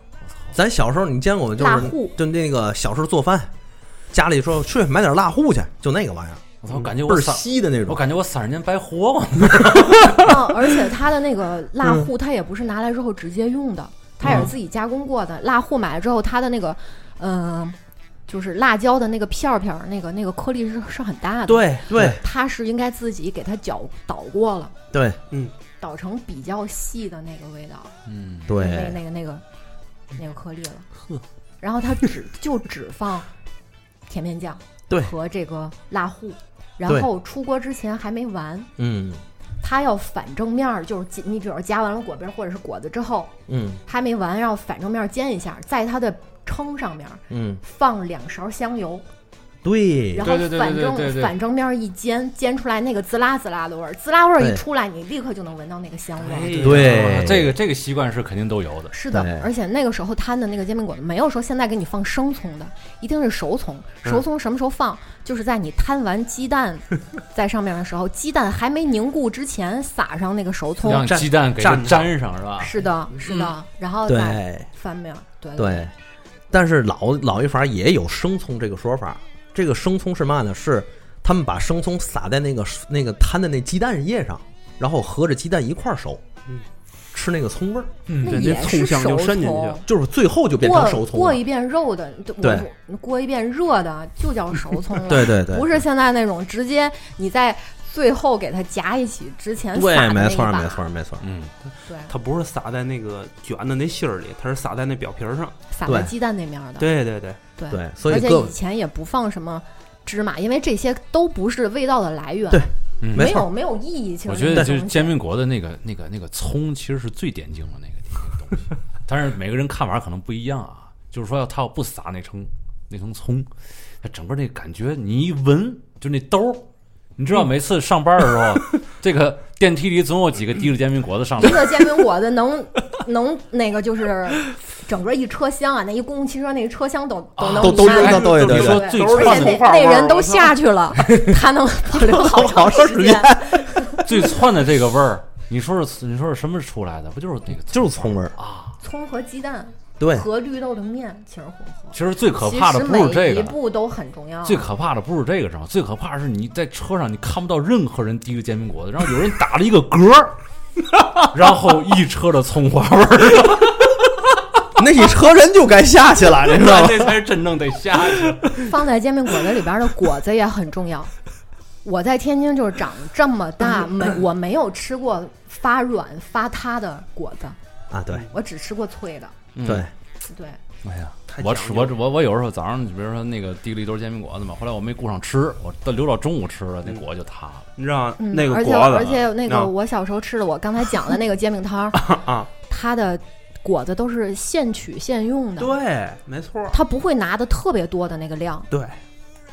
咱小时候你见过吗？就辣是糊就那个小时候做饭，家里说去买点辣糊去，就那个玩意儿，我操，感觉倍我儿三，稀的那我种。感觉我三十年白活了。嗯，而且它的那个辣嗯糊，它也不是拿来之后直接用的，它也是自己加工过的。辣糊买了之后，它的那个，嗯，就是辣椒的那个片儿片儿，那个那个颗粒是是很大的。，对对，它是应该自己给它搅捣过了，对捣成比较细的那个味道，嗯，那对，那个那个那个颗粒 了。然后它只就只放甜面酱，对和这个辣糊，然对后出锅之前还没完。嗯它要反正面儿，就是煎你比如夹完了果边儿或者是果子之后嗯还没完，要反正面儿煎一下，在它的撑上面儿嗯，放两勺香油，对然后对对对反对正对对反正面儿一煎，煎出来那个滋啦滋啦的味儿，滋啦味儿一对出来，你立刻就能闻到那个香味儿。对对这个这个习惯是肯定都有的。是的对，而且那个时候摊的那个煎饼果子没有说现在给你放生葱的，一定是熟葱。嗯熟葱什么时候放？就是在你摊完鸡 蛋在上面的时候，鸡蛋还没凝固之前撒上那个熟葱。让蘸鸡蛋给它蘸粘上是吧？是的，嗯是的，然后再对翻面儿，对对。但是老老一法也有生葱这个说法，这个生葱是嘛呢？是他们把生葱撒在那个那个摊的那鸡蛋液上，然后合着鸡蛋一块儿熟，嗯吃那个葱味儿，那对也那是醋香熟就葱，渗进去了就是最后就变成熟过葱了过。一遍肉的，对我，过一遍热的就叫熟 葱了。对对对，不是现在那种直接你在最后给它夹一起之前撒对，的那没一错儿把没错儿，没错儿，嗯，对，它不是撒在那个卷的那芯儿里，它是撒在那表皮儿上。撒在对鸡蛋那面儿的。对对对，对对，所以而且各位以前也不放什么芝麻，因为这些都不是味道的来源，对嗯没没错有没有意义。其实我觉得这就个是东西煎饼果子那个那个那个葱，其实是最点睛的那个那个东西，但是每个人看法可能不一样啊。就是说，他要不撒那层那层葱，他整个那感觉你一闻就那兜儿，你知道每次上班的时候，这个电梯里总有几个提着煎饼果子上一来，个煎饼果子能能那个就是整个一车厢啊，那一公共汽车那一车厢都都能都都拿扔到对啊你对对对说对对，最都是而换且窜的那这头发味那儿人都我操下去 了，他能保留好长时间。最窜的这个味儿，你说是你说是什么出来的？不就是那个就是葱味儿，啊？葱和鸡蛋对和绿豆的面其实混合，其实最可怕的不是这其实每一个，步都很重要。最可怕的不是这个，知道吗？最可怕的是你在车上你看不到任何人提着煎饼果子，然后有人打了一个嗝儿，然后一车的葱花味 儿，那一车人就该下去了，你知道吗？这才是真正得下去。放在煎饼果子里边的果子也很重 要。我在天津就是长这么大，嗯没我没有吃过发软发塌的果子， 啊，对我只吃过脆的。嗯对，对，哎呀，太我讲吃究我了我我有时候早上，比如说那个提了一兜煎饼果子嘛，后来我没顾上吃，我到留到中午吃了，嗯那果就塌了。你知道嗯，那个而且果子，而且那个啊我小时候吃的，我刚才讲的那个煎饼摊儿， 啊，它的果子都是现取现用的，对，没错儿，它不会拿的特别多的那个量，对，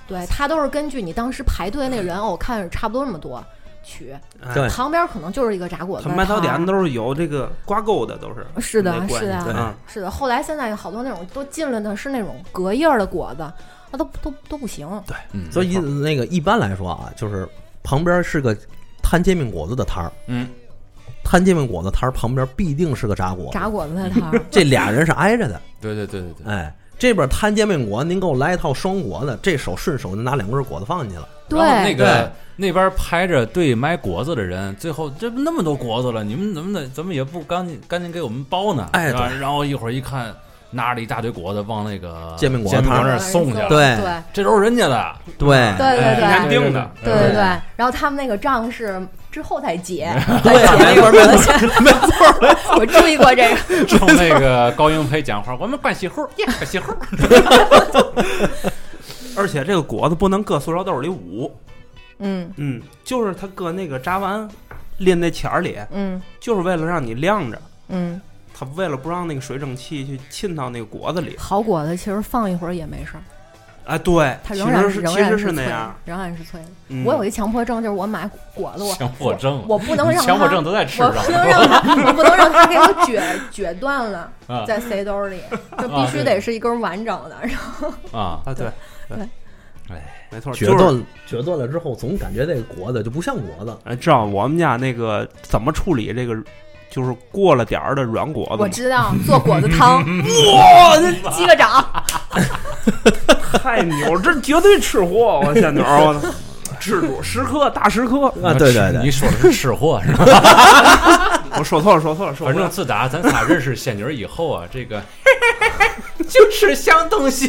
对，它都是根据你当时排队那人偶看差不多那么多取，哎对旁边可能就是一个炸果子它摊儿，麦早点都是有这个挂钩的，都是是的没关系是的啊是的，后来现在有好多那种都进了的是那种隔夜儿的果子，啊那都都都不行。嗯，所以没错那个一般来说啊，就是旁边是个摊煎饼果子的摊儿，嗯，摊煎饼果子摊儿旁边必定是个炸果子，炸果子那摊儿， 嗯这俩人是挨着的，对对对对对，哎。这边摊煎饼果，您给我来一套双果子，这手顺手就拿两根果子放进去了。对，然后那对个那边排着队买果子的人，最后这不那么多果子了，你们怎么的怎么也不赶紧赶紧给我们包呢？哎是吧对然后一会儿一看，拿着一大堆果子往那个煎饼果子煎饼摊摊那儿有儿人送去送了，对对这都是人家的，对对对对哎对定的对对对对。然后他们那个账是之后 才结，对没错没错没错， 我注意过这 个。冲那个高英培讲话，我们干洗户，耶，干洗户， 而且这个果子不能搁塑料兜里捂，嗯嗯，就是它搁那个闸湾拎在钱儿里，嗯就是为了让你晾着。嗯，它为了不让那个水蒸气去沁到那个果子里，好果子其实放一会儿也没事儿，啊，对，它其仍然实是仍其然实是是那脆样的。，仍然是脆的。嗯我有一强迫症，就是我买果子，我强迫症，我不能你让它，强迫症都在吃我上不能让它，我不能让它给我 撅撅断了，啊再塞兜里，就必啊须对得是一根完整的。然后啊！啊，对，对，哎没错，决就是断啊决断了之后，总感觉这个果子就不像果子，呃，知道我们家那个怎么处理这个，就是过了点儿的软果子我吗，知道做果子汤，哇，击个掌，太牛，这绝对吃货！啊我仙女儿，我操，吃主十克大十克，啊对对对你说的是吃货是吧？我说错了，说错了，说反错正了。自打咱仨认识仙女儿以后啊，这 个就吃香东西，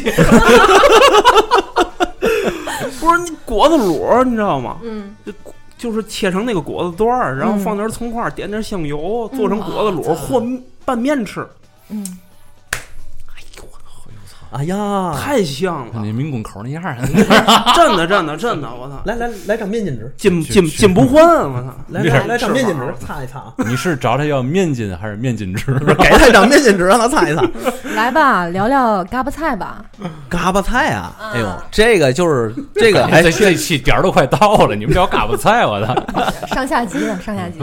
不是你果子卤儿，你知道吗？嗯，就是切成那个果子段儿，然后嗯放点儿葱花，点点儿香油，做成果子卤儿哇和拌面吃。嗯，哎呦，我哎呀，太香看了！你民工口那样儿，啊真的，真的，真的，我操！来来来张面巾纸，金去金去金不换，啊我操！来没事来来张面巾纸纸，擦一擦， 你是找他要面筋还是面筋吃？给他一张面巾纸让他擦一擦。来吧，聊聊嘎巴菜吧。嘎巴菜啊，啊哎呦，这个就是这个，哎这，这期点儿都快到了，你们聊嘎巴菜，我操！ 上下集了，上下集。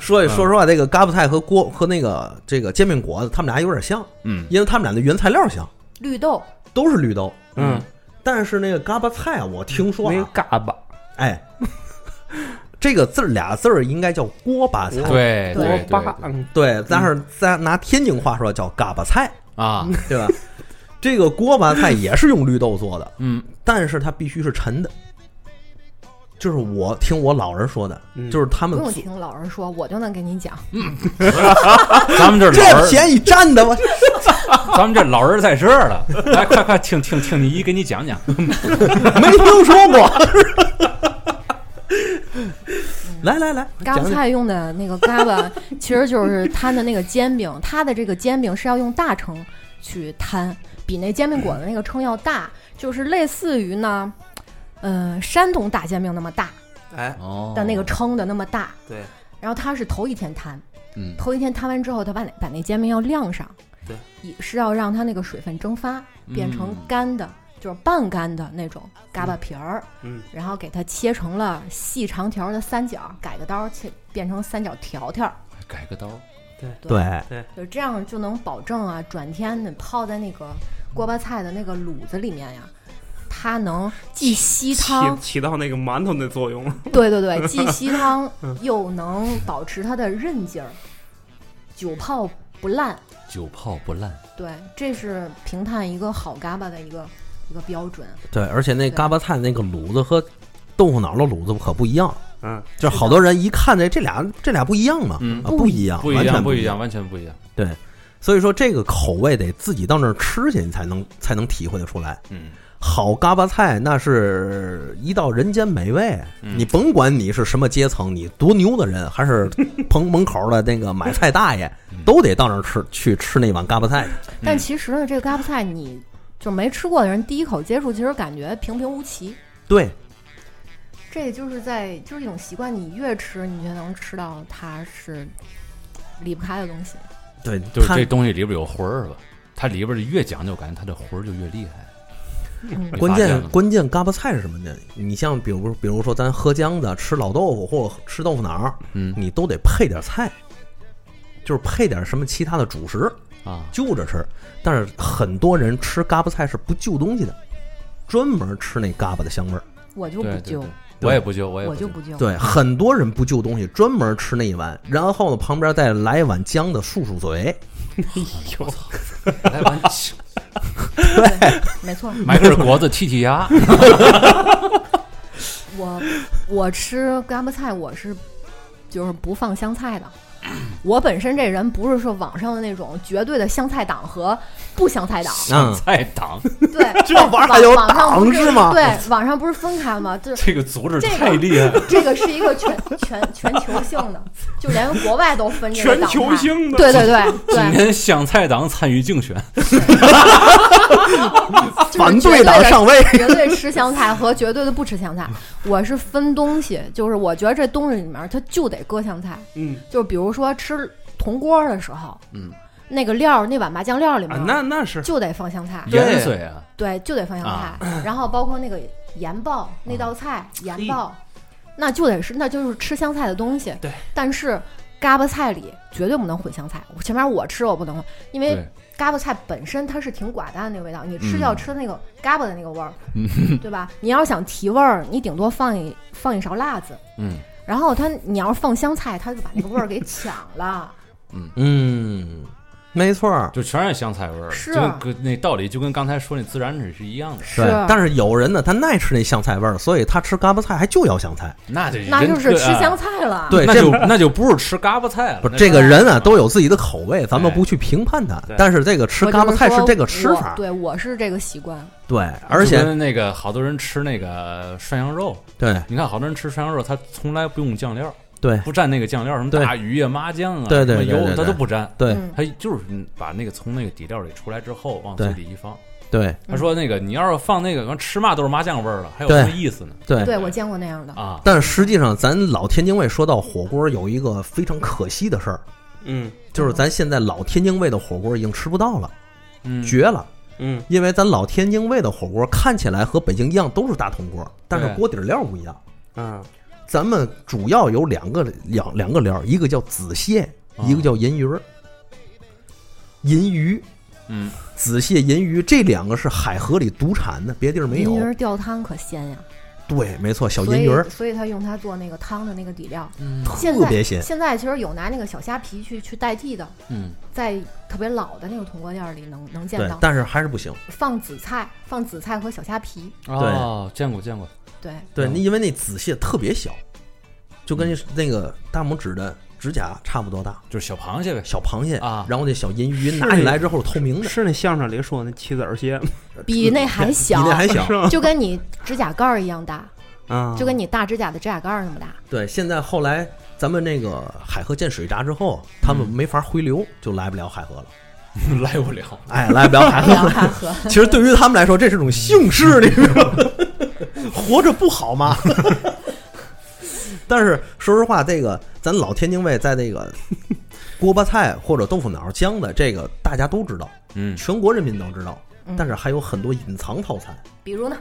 说说实话，这个嘎巴菜和锅和那个这个煎饼果子，他们俩有点像，嗯因为他们俩的原材料像，绿豆，都是绿豆。嗯，但是那个嘎巴菜啊，我听说那个啊，嘎巴哎，这个字儿俩字儿应该叫锅巴菜，对对对巴对，嗯对，但是咱拿天津话说叫嘎巴菜，啊，对吧？这个锅巴菜也是用绿豆做的，嗯，但是它必须是沉的。就是我听我老人说的，嗯就是他不们用听老人说，我就能给你讲。嗯咱 们这这老人，便宜占的吗？咱们这老人在这儿了，来，快快听听听你姨给你讲讲，没听说过。来来来，嗯嘎巴讲讲菜用的那个嘎巴，其实就是摊的那个煎饼，它的这个煎饼是要用大秤去摊，比那煎饼果子那个秤要大，就是类似于呢，呃，山东大煎饼那么大哎，哦的那个称的那么大。对。然后它是头一天摊，嗯头一天摊完之后，它把那把那煎饼要晾上，对，嗯也是要让它那个水分蒸发，变成干的，就是半干的那种嘎巴皮儿，嗯，然后给它切成了细长条的三角，改个刀切变成三角条条，改个刀，对，就这样就能保证啊，转天你泡在那个锅巴菜的那个卤子里面呀。它能既吸汤起，起到那个馒头的作用。 对对对，既吸汤又能保持它的韧劲儿，久泡不烂。久泡不烂，对，这是评判一个好嘎巴的一个一个标准。嗯对，而且那嘎巴菜那个卤子和豆腐脑的卤子可不一样，嗯，就是好多人一看哎这这俩这俩不一样嘛，嗯啊不一样，不一完全样，不一一样，。完全不一样，所以说这个口味得自己到那儿吃去，你才能才能体会得出来。嗯，好嘎巴菜那是一道人间美味，嗯你甭管你是什么阶层，你多牛的人，还是棚门口的那个买菜大爷，嗯都得到那儿吃去吃那碗嘎巴菜去。但其实呢，这个嘎巴菜你就没吃过的人，第一口接触其实感觉平平无奇。对，这就是在就是一种习惯，你越吃你越能吃到它是离不开的东西。对，就是它这东西里边有魂儿吧，它里边越讲究，感觉它这魂儿就越厉害。嗯你关发键现了吗关键嘎巴菜是什么呢？你像比如比如说咱喝浆的、吃老豆腐或者吃豆腐脑儿，嗯你都得配点菜，就是配点什么其他的主食啊，就着吃。但是很多人吃嘎巴菜是不就东西的，专门吃那嘎巴的香味儿。我就对不对揪对，，我也不揪，我也我就揪不揪。对，很多人不就东西，专门吃那一碗，然后呢旁边再来一碗姜的漱漱嘴。哎呦，来碗没错，买根果子剔剔 牙，我我吃嘎巴菜我是就是不放香菜的。我本身这人不是说网上的那种绝对的香菜党和不 香菜党，嗯，菜党，对，这玩意儿还有网上不党是吗对，网上不是分开吗？就是这个组织太厉害了。这个是一个全全全球性的，就连国外都分这个全党派球。性 的，对对对今对，年香菜党参与竞选，就是反绝对对党的上位。绝对吃香菜和绝对的不吃香菜，我是分东西，就是我觉得这东西里面它就得搁香菜，嗯就比如说吃铜锅的时候，嗯，那个料儿那碗麻酱料儿里啊面，那那是就得放香菜， 对盐水啊，对，就得放香啊嗯菜，然后包括那个盐爆那道菜盐嘿爆，那就得是那就是吃香菜的东西，对，但是。嘎巴菜里绝对不能混香菜，我前面我吃我不能混，因为对，嘎巴菜本身它是挺寡淡的那个味道，你嗯吃就要吃那个嘎巴的那个味儿，嗯 对吧？你要想提味儿，你顶多放一放一勺辣子，嗯，然后它你要是放香菜，它就把那个味儿给抢了。 嗯，没错儿。就全是香菜味儿，是啊就跟那道理就跟刚才说那孜然水是一样的，是对，，但是有人呢，他爱吃那香菜味儿，所以他吃嘎巴菜还就要香菜。哎那就那就是吃香菜，菜了。呃对啊那这就那就不是吃嘎巴菜了，不是，那这个人啊嗯都有自己的口味，咱们哎不去评判他对。但是这个吃我就嘎巴菜说是这个吃我法，对，我是这个习惯。对，而就且跟那个好多人吃那个涮羊肉，对你看好多人吃涮羊肉，他从来不用酱料，对不蘸那个酱料，什么对大鱼啊、麻酱啊、对对什么对对油，对他都不沾，对嗯，他就是把那个从那个底料里出来之后往嘴对里一放。对他说那个你要是放那个，吃嘛都是麻酱味儿了，还有对什么意思呢？对。对我见过那样的，啊，但实际上，咱老天津卫说到火锅，有一个非常可惜的事儿，嗯就是咱现在老天津卫的火锅已经吃不到了，嗯，绝了。嗯因为咱老天津卫的火锅看起来和北京一样都是大铜锅，但是对锅底料不一样。啊咱们主要有两个两两个料，一个叫子蟹，啊一个叫银鱼儿。银鱼、嗯，子蟹、银鱼这两个是海河里独产的，别地儿没有银鱼。儿吊汤可鲜呀，对，没错，小所银以鱼儿嗯所以他用它做那个汤的那个底料。现特在别鲜。现在其实有拿那个小虾皮去去代替的，嗯，在特别老的那个铜锅店里能能见对到，但是还是不行。放紫菜，放紫菜和小虾皮，哦，见过见过，对，对，嗯因为那子蟹特别小，就跟那个大拇指的指甲差不多大，就是小螃蟹呗， 小螃蟹啊然后那小银鱼是拿起来之后是透明的，是那相声里说那棋子儿蟹吗比那还呃比小，那还小嗯是。吗？ 就跟你指甲盖儿一样大，啊，就跟你大指甲的指甲盖儿那么大。对，现在后来咱们那个海河建水闸之后，他们没法回流，就来不了海河了。来不了。哎，来不了海河两了。汉河， 其实对于他们来说，这是种幸事，你知道吗？活着不好吗？但是说实话，这个咱老天津卫在那个锅巴菜或者豆腐脑姜的这个大家都知道，嗯，全国人民都知道嗯，但是还有很多隐藏套餐，比如呢，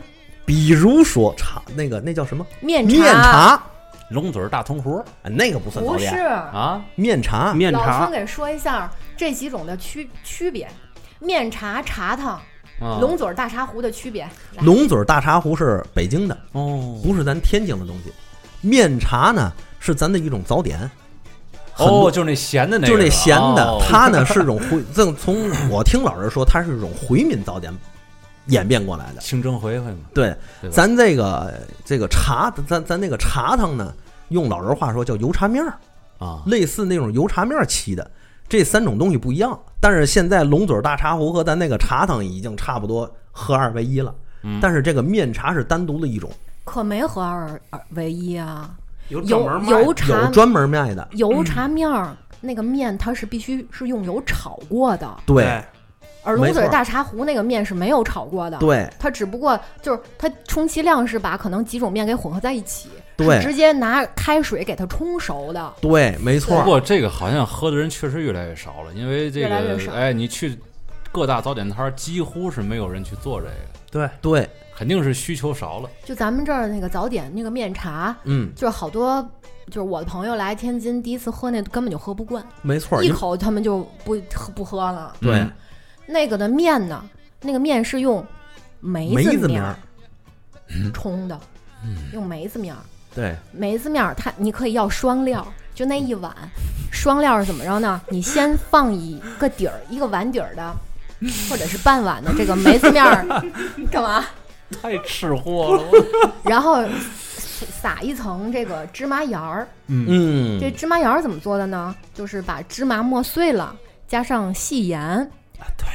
比如说茶那个那叫什么面面茶，龙嘴儿大铜壶哎那个不算早不是恋。啊，面茶，面老孙茶给说一下这几种的区区别，面茶、茶汤、啊龙嘴儿大茶壶的区别。来龙嘴儿大茶壶是北京的，哦，不是咱天津的东西。面茶呢是咱的一种早点，很哦，多就是那咸的那个，就是那咸的哦，它呢是种回， 正从我听老人说，它是一种回民早点演变过来的。清蒸回回嘛，对对，吧咱这个这个茶，咱咱那个茶汤呢，用老人话说叫油茶面儿，啊，类似那种油茶面儿沏的。这三种东西不一样，但是现在龙嘴儿大茶壶和咱那个茶汤已经差不多合二为一了。但是这个面茶是单独的一种，可没合二而为一啊，有专油门卖油的有茶专嗯门卖的。油茶面儿。那个面它是必须是用油炒过的，对，哎而龙没嘴儿错大茶壶那个面是没有炒过的。对，它只不过就是它充其量是把可能几种面给混合在一起，对是直接拿开水给它冲熟的。对，没错不儿。过这个好像喝的人确实越来越少了，因为这越来越个少哎，你去各大早点摊儿几乎是没有人去做这个，对对，肯定是需求少了。就咱们这儿那个早点那个面茶，嗯，就是好多就是我的朋友来天津第一次喝那根本就喝不惯，没错儿。一因口他们就不喝不喝了。对嗯，那个的面呢，那个面是用梅梅子面面儿嗯冲的，用梅子面儿。对，梅子面儿它你可以要双料儿，就那一碗，双料儿是怎么着呢？你先放一个底儿，一个碗底儿的，或者是半碗的这个梅子面儿，干嘛？ 太吃货了，我然后撒一层这个芝麻芽儿。嗯，这芝麻芽儿怎么做的呢？就是把芝麻磨碎了，加上细盐，对，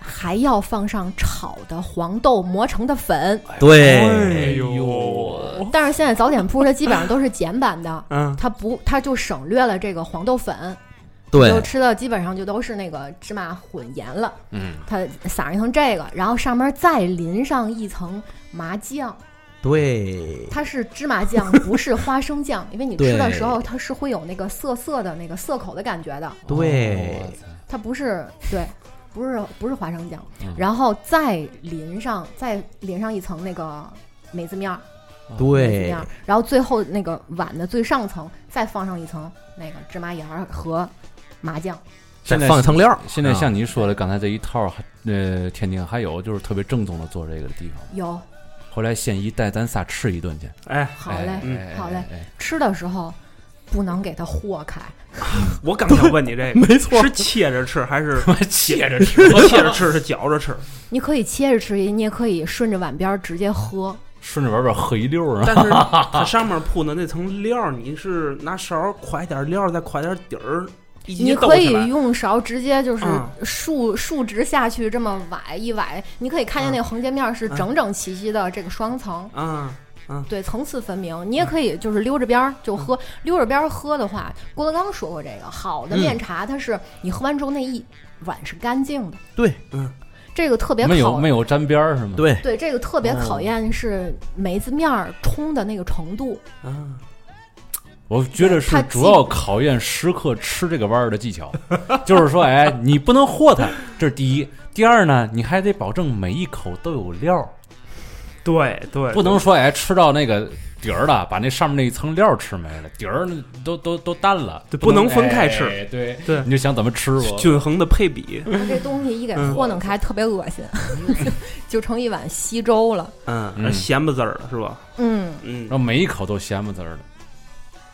还要放上炒的黄豆磨成的粉。哎对，哎哎呦，但是现在早点铺它基本上都是简版的，嗯它不，它就省略了这个黄豆粉，就对，吃的基本上就都是那个芝麻混盐了，嗯， 它撒一层这个，然后上面再淋上一层麻酱，对，它是芝麻酱，不是花生酱，因为你吃的对时候它是会有那个涩涩的那个涩口的感觉的，对哦我操它不是对，不是不是花生酱嗯，然后再淋上再淋上一层那个梅子面儿，哦梅子对面儿，，然后最后那个碗的最上层再放上一层那个芝麻盐儿和麻酱。现在再放一层嗯料儿。现在啊像您说的刚才这一套，呃，天津还有就是特别正宗的做这个的地方。有，回来县一带咱仨吃一顿去。哎，好哎嘞，嗯哎好嘞哎哎吃的时候不能给它和开，我刚想问你这 个，没错是切着吃还是 哎切着吃， 切着吃是 嚼着吃？你可以切着吃，你也可以顺着碗边儿直接喝。顺着玩玩喝一溜儿啊。但是它上面铺的那层料儿，你是拿勺儿㧟一点料儿，再㧟点底儿，一起你兜可起以来。用勺直接就是嗯竖、竖直下去，这么崴一崴，你可以嗯看见那个横截面是整整齐齐的这个双层。啊，对，层次分明。嗯你也可以就是溜着边儿就喝，溜着边儿喝的话，郭德纲说过这个，好嗯的面茶它是你喝完之后那一碗是干净的。对，嗯，这个特别没有考没有沾边儿是吗？对，对，这个特别哦考验是梅子面儿冲的那个程度。啊，我觉得是它主要考验食客吃这个弯儿的技巧， 就是说，哎，你不能和它，这是第一。第二呢，你还得保证每一口都有料儿，对对，不能说哎吃到那个底儿了，把那上面那一层料儿吃没了，底儿呢都都都淡了，对能不能分开吃哎对对你就想怎么吃我均衡的配比，它这东西一给嗯和弄开，特别恶心， 就成一碗稀粥了。嗯嗯，咸不滋儿的是吧？嗯，嗯然，后每一口都咸不滋儿的，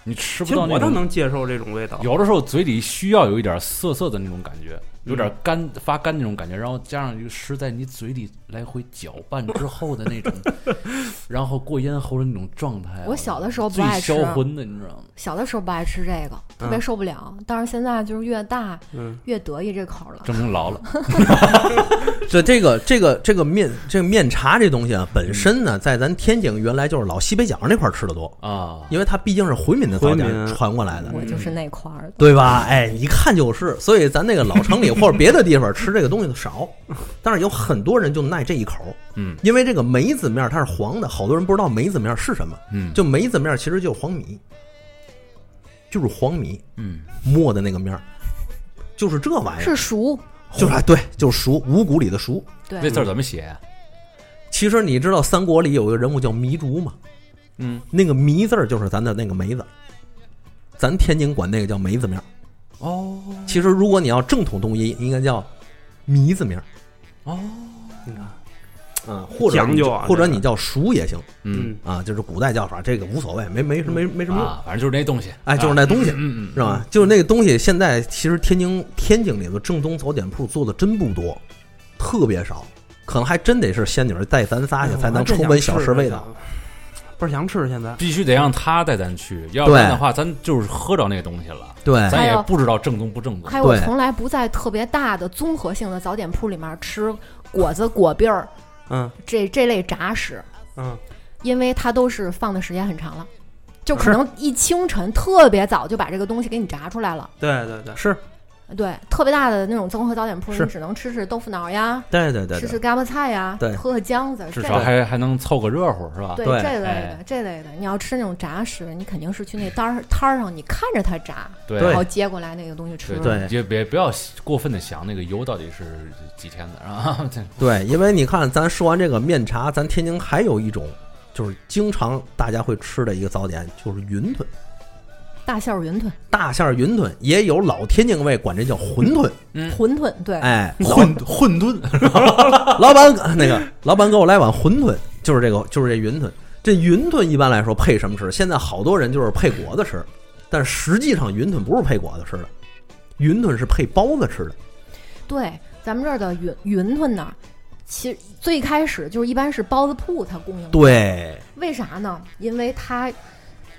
你吃其不实到那我倒种。能接受这种味道。有的时候嘴里需要有一点涩涩的那种感觉，有点干发干那种感觉，然后加上一个食在你嘴里来回搅拌之后的那 种，然后过咽喉的那种状态啊。我小的时候不最爱吃销，魂的，你知道吗？小的时候不爱吃这个，特别受不了。但是现在就是越大嗯，越得意这口了。证明老了，这这个这个这个面这个面茶这东西啊，本身呢，在咱天津原来就是老西北角那块儿吃的多，啊，因为它毕竟是回民的早点回民传过来的，我就是那块儿的，对吧？哎，一看就是，所以咱那个老城里或者别的地方吃这个东西的 少，但是有很多人就耐这一口，嗯因为这个梅子面它是黄的，好多人不知道梅子面是什么，嗯就梅子面其实就是黄米，就是黄米嗯，磨的那 个面儿，就是这玩意儿，是熟。就是哎对，就是熟五谷里的熟。那 对，字儿怎么写啊？其实你知道三国里有一个人物叫糜竺吗？嗯，那个糜字儿就是咱的那个梅子，咱天津管那个叫梅子面儿。哦其实如果你要正统读音，应该叫糜子面儿，哦，你看，嗯，或者讲你究就啊或者这个你叫熟也行嗯嗯，啊，就是古代叫法，这个无所谓，没没没没什么用。啊，反正就是那东西，哎，就是啊那东西，嗯嗯是吧？就是那个东西，现在其实天津天津里头正宗早点铺做的真不多，特别少，可能还真得是仙女儿带咱哎嗯仨去才能重温小吃味道。。倍儿想吃现在，必须得让他带咱去，要不然的话，咱就是喝着那个东西了，对咱还也有不知道正宗不正宗还。有我对从来不在特别大的综合性的早点铺里面吃果子、果篦儿嗯这这类杂食，嗯，因为它都是放的时间很长了，就可能一清晨特别早就把这个东西给你炸出来了。对对对，是，对，特别大的那种综合早点铺，是你只能吃吃豆腐脑呀，对对对吃对吃嘎巴菜呀，对喝喝浆子，至这少个还还能凑个热乎是吧？对对这类哎的这类的，你要吃那种炸食，你肯定是去那摊儿摊儿上，你看着它炸，对对然后接过来那个东西吃。对你就别不要过分的想那个油到底是几天的嗯啊，这对，因为你看，咱说完这个面茶，咱天津还有一种就是经常大家会吃的一个早点，就是云吞，大馅儿云吞、大馅儿云吞，也有老天津卫管这叫馄饨，馄饨，对，哎，老混混沌，老板那个老板给我来碗馄饨，就是这个就是这云吞。这云吞一般来说配什么吃？现在好多人就是配果子吃，但实际上云吞不是配果子吃的，云吞是配包子吃的。对，咱们这儿的云云吞呢，其实最开始就是一般是包子铺它供应的，对为啥呢？因为它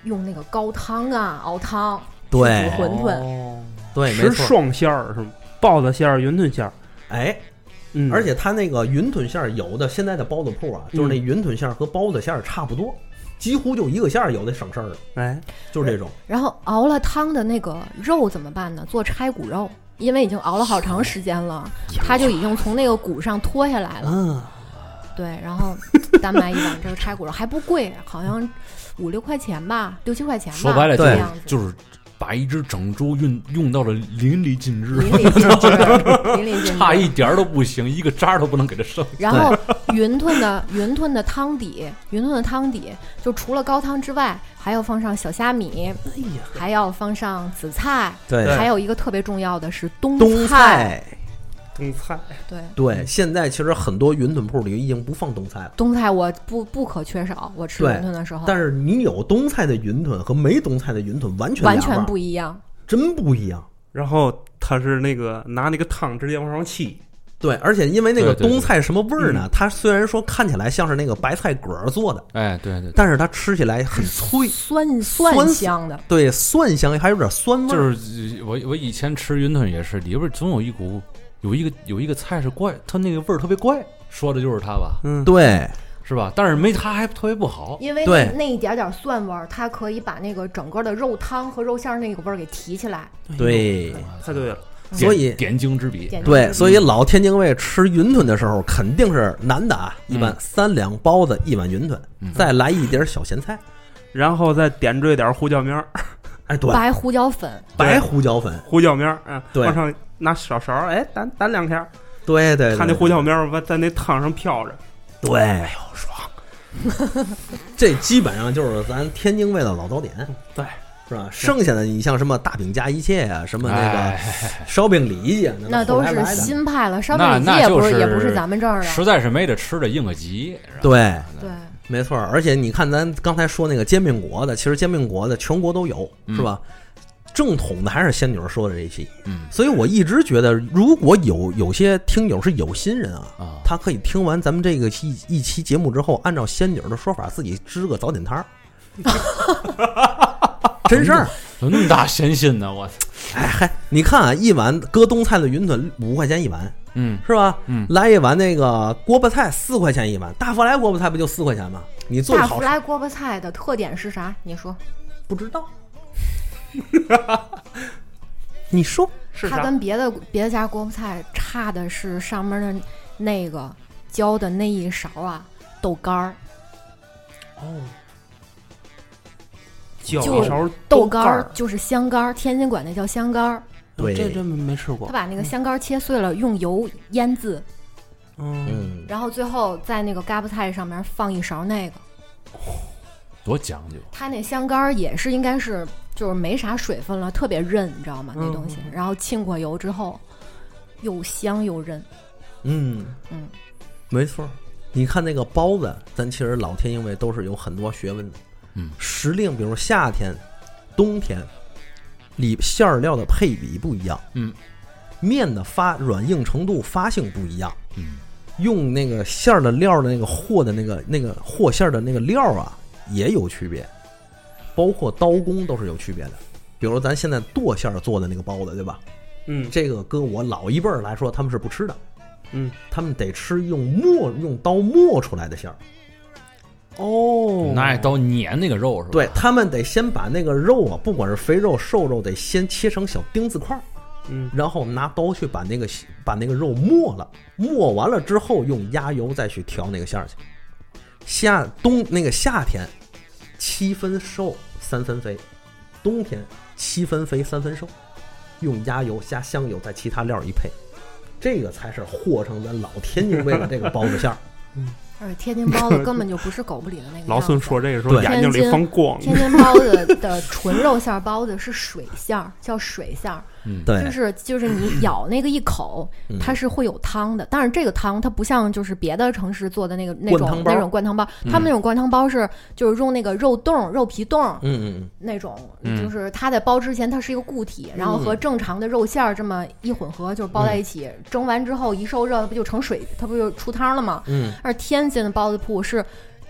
用那个高汤啊熬汤对去煮馄哦饨，饨，对，没吃错。双哎馅儿是吗？包子馅儿、云吞馅儿，哎，嗯，而嗯且它那个云吞馅儿有的现在的包子铺啊，就是那云吞馅儿和包子馅儿差不多，几乎就一个馅儿，有的省事儿了，哎，就是这种。然后熬了汤的那个肉怎么办呢？做拆骨肉，因为已经熬了好长时间了，它就已经从那个骨上脱下来了。嗯，对，然后单买一碗这个拆骨肉还不贵，好像五六块钱吧，六七块钱吧。说白了就这是样子。就是把一只整猪运用到了淋漓尽致，淋漓尽 致，淋漓尽致，差一点儿都不行，一个渣儿都不能给它剩。然后云吞的云吞的汤底，云吞的汤底就除了高汤之外，还要放上小虾米，哎呀，还要放上紫菜，对还有一个特别重要的是嗯冬冬菜，冬菜对。对，现在其实很多云吞铺里已经不放冬菜了。冬菜我不不可缺少，我吃对云吞的时候，但是你有冬菜的云吞和没冬菜的云吞完全完两味全儿不一样。真不一样。然后他是那个拿那个汤直接往上沏，对，而且因为那个对对对冬菜什么味儿嗯呢？它虽然说看起来像是那个白菜蛤儿做的，哎，对对，但是它吃起来很脆，酸酸蒜香的，对，蒜香还有点嗯酸味儿。就是我我以前吃云吞也是，里边总有一股有一个有一个菜是怪，它那个味儿特别怪，说的就是它吧，嗯，哎对，是吧？但是没它还特别不好。因为对那那一点点蒜味儿，它可以把那个整个的肉汤和肉馅儿那个味儿给提起来。对，太对了，嗯所以啊点睛之笔，点对，所以老天津卫吃云吞的时候，肯定是男的啊，一碗三两包子，一碗云吞，再来一碟小咸菜。然后再点缀点胡椒面儿，哎，对，白胡椒粉，白胡椒粉，胡椒面儿，嗯，对往上拿小勺儿，哎，掸掸两下，对对，看那对胡椒面儿在那汤上飘着，对，哎呦爽！ 这基本上就是咱天津卫的老早点，对，是吧？剩下的你像什么大饼加一切啊，什么那哎个烧饼里脊啊，那后都来是来的新派了，烧那饼里那脊也就不是也不是咱们这儿的。实在是没得吃的，应个急。是吧对，对，没错儿。而且你看，咱刚才说那个煎饼果子，其实煎饼果子全国都有，是吧？正统的还是仙女儿说的这些，嗯所以我一直觉得，如果有有些听友是有心人啊，啊，他可以听完咱们这个一一期节目之后，按照仙女儿的说法，自己支个早 点摊儿，真事儿。有那么大 闲心呢，我操！哎嗨，你看啊，一碗搁冬菜的云吞五块钱一碗，嗯，是吧？嗯来一碗那个锅巴菜四块钱一碗，大福来锅巴菜不就四块钱吗？你做大好福来锅巴菜的特点是啥？你说，不知道， 你说是它啥？跟别的别的家锅巴菜差的是上面的那个浇的那一勺啊豆干儿，浇就一勺豆干哦干儿，就是香干儿，天津管那叫香干儿。对这真没吃他过，把那个香干儿切碎了，用油腌制，嗯，嗯，然后最后在那个嘎巴菜上面放一勺那个。多讲究。它那香干儿也是应该是就是没啥水分了，特别韧，你知道吗？那东嗯西，然后浸过油之后，又香又韧。嗯嗯，没错儿。你看那个包子，咱其实老天因为都是有很多学问的。嗯，时令，比如夏天、冬天，里馅儿料的配比不一样。嗯，面的发软硬程度、发性不一样。嗯，用那个馅儿的料儿的那个和的那个那个和馅儿的那个料儿啊，也有区别，包括刀工都是有区别的。比如咱现在剁馅儿做的那个包子，对吧？嗯这个跟我老一辈儿来说，他们是不吃的。嗯，他们得吃用磨用刀磨出来的馅儿，哦拿一刀碾那个肉是吧？对，他们得先把那个肉啊，不管是肥肉瘦肉，得先切成小丁字块儿，嗯，然后拿刀去把那个把那个肉磨了，磨完了之后用压油再去调那个馅儿去。夏冬那个夏天，七分瘦三分肥，冬天七分肥三分瘦，用压油加香油再其他料儿一配，这个才是和成咱老天津味的这个包子馅儿。而且天津包子根本就不是狗不理的那 个样子。老孙说这个时候对眼睛里放光，天津包子的纯肉馅儿包子是水馅儿，叫水馅儿，对，就是就是 你咬那个一口，嗯它是会有汤的。但是这个汤它不像就是别的城市做的那个那灌种汤包嗯那种灌汤包，他们那种灌汤包是就是用那个肉冻、肉皮冻嗯嗯嗯。嗯那种，就是它在包之前它是一个固体，然后和正常的肉馅儿这么一混合，就是包在一起，蒸完之后一受热，它不就成水，它不就出汤了吗？嗯，而天津的包子铺是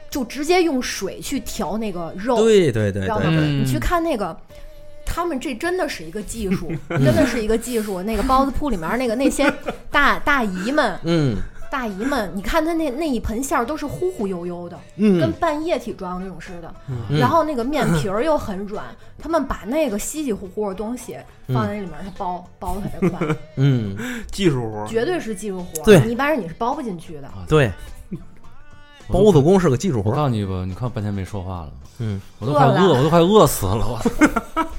就直接用水去调那个肉，对对对知道吗？对对，你去看那个。他们这真的是一个技 术，真的是一个技术。那个包子铺里面那个那些大大姨们，嗯，大姨们，你看她那那一盆馅儿都是忽忽悠悠的，跟嗯，半液体状那种似的，嗯然后那个面皮儿又很软，他们把那个稀稀乎乎的东西嗯放在那里面，它包包特别 快，嗯，技术活儿，绝对是技术活儿，对你一般人你是包不进去的。啊对， 包子工是个技术活我儿。告诉你吧，你看我半天没说话了，嗯，我都快饿饿，了我都快饿死了，我。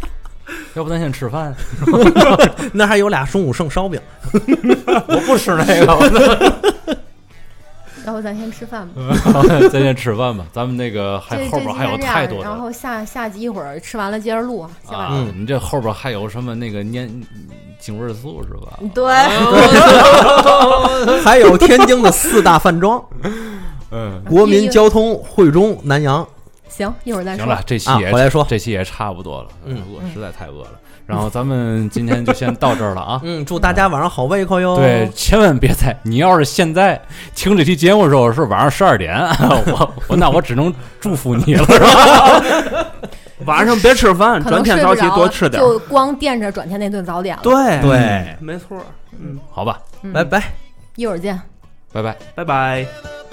要不咱先吃 饭？那还有俩中午剩烧饼，我不吃哎那个，我然后咱先吃饭吧， 咱先吃饭吧。咱们那个还哎这后这边期还有先这太样，多然的后下下集一会儿吃完了接着录，下啊半嗯场。！你这后边还有什么那个年景味素是吧？嗯 对， 还有天津的四大饭 庄：嗯，国哎民交通、汇中、南洋。行，一会儿再行说。了，这期啊也回来说这期也差不多了，嗯。饿实在太饿了。然后咱们今天就先到这儿了啊 嗯，祝大家晚上好胃口哟。对，，千万别在你要是现在听这期节目的时候是晚上十二点， 我我那我只能祝福你了，是吧？晚上别吃饭，可转能睡天不早起着多了吃点儿。就光惦着转天那顿早点了。对对，没错儿。嗯，好吧，嗯拜拜。一会儿见。拜拜。拜拜。 Thank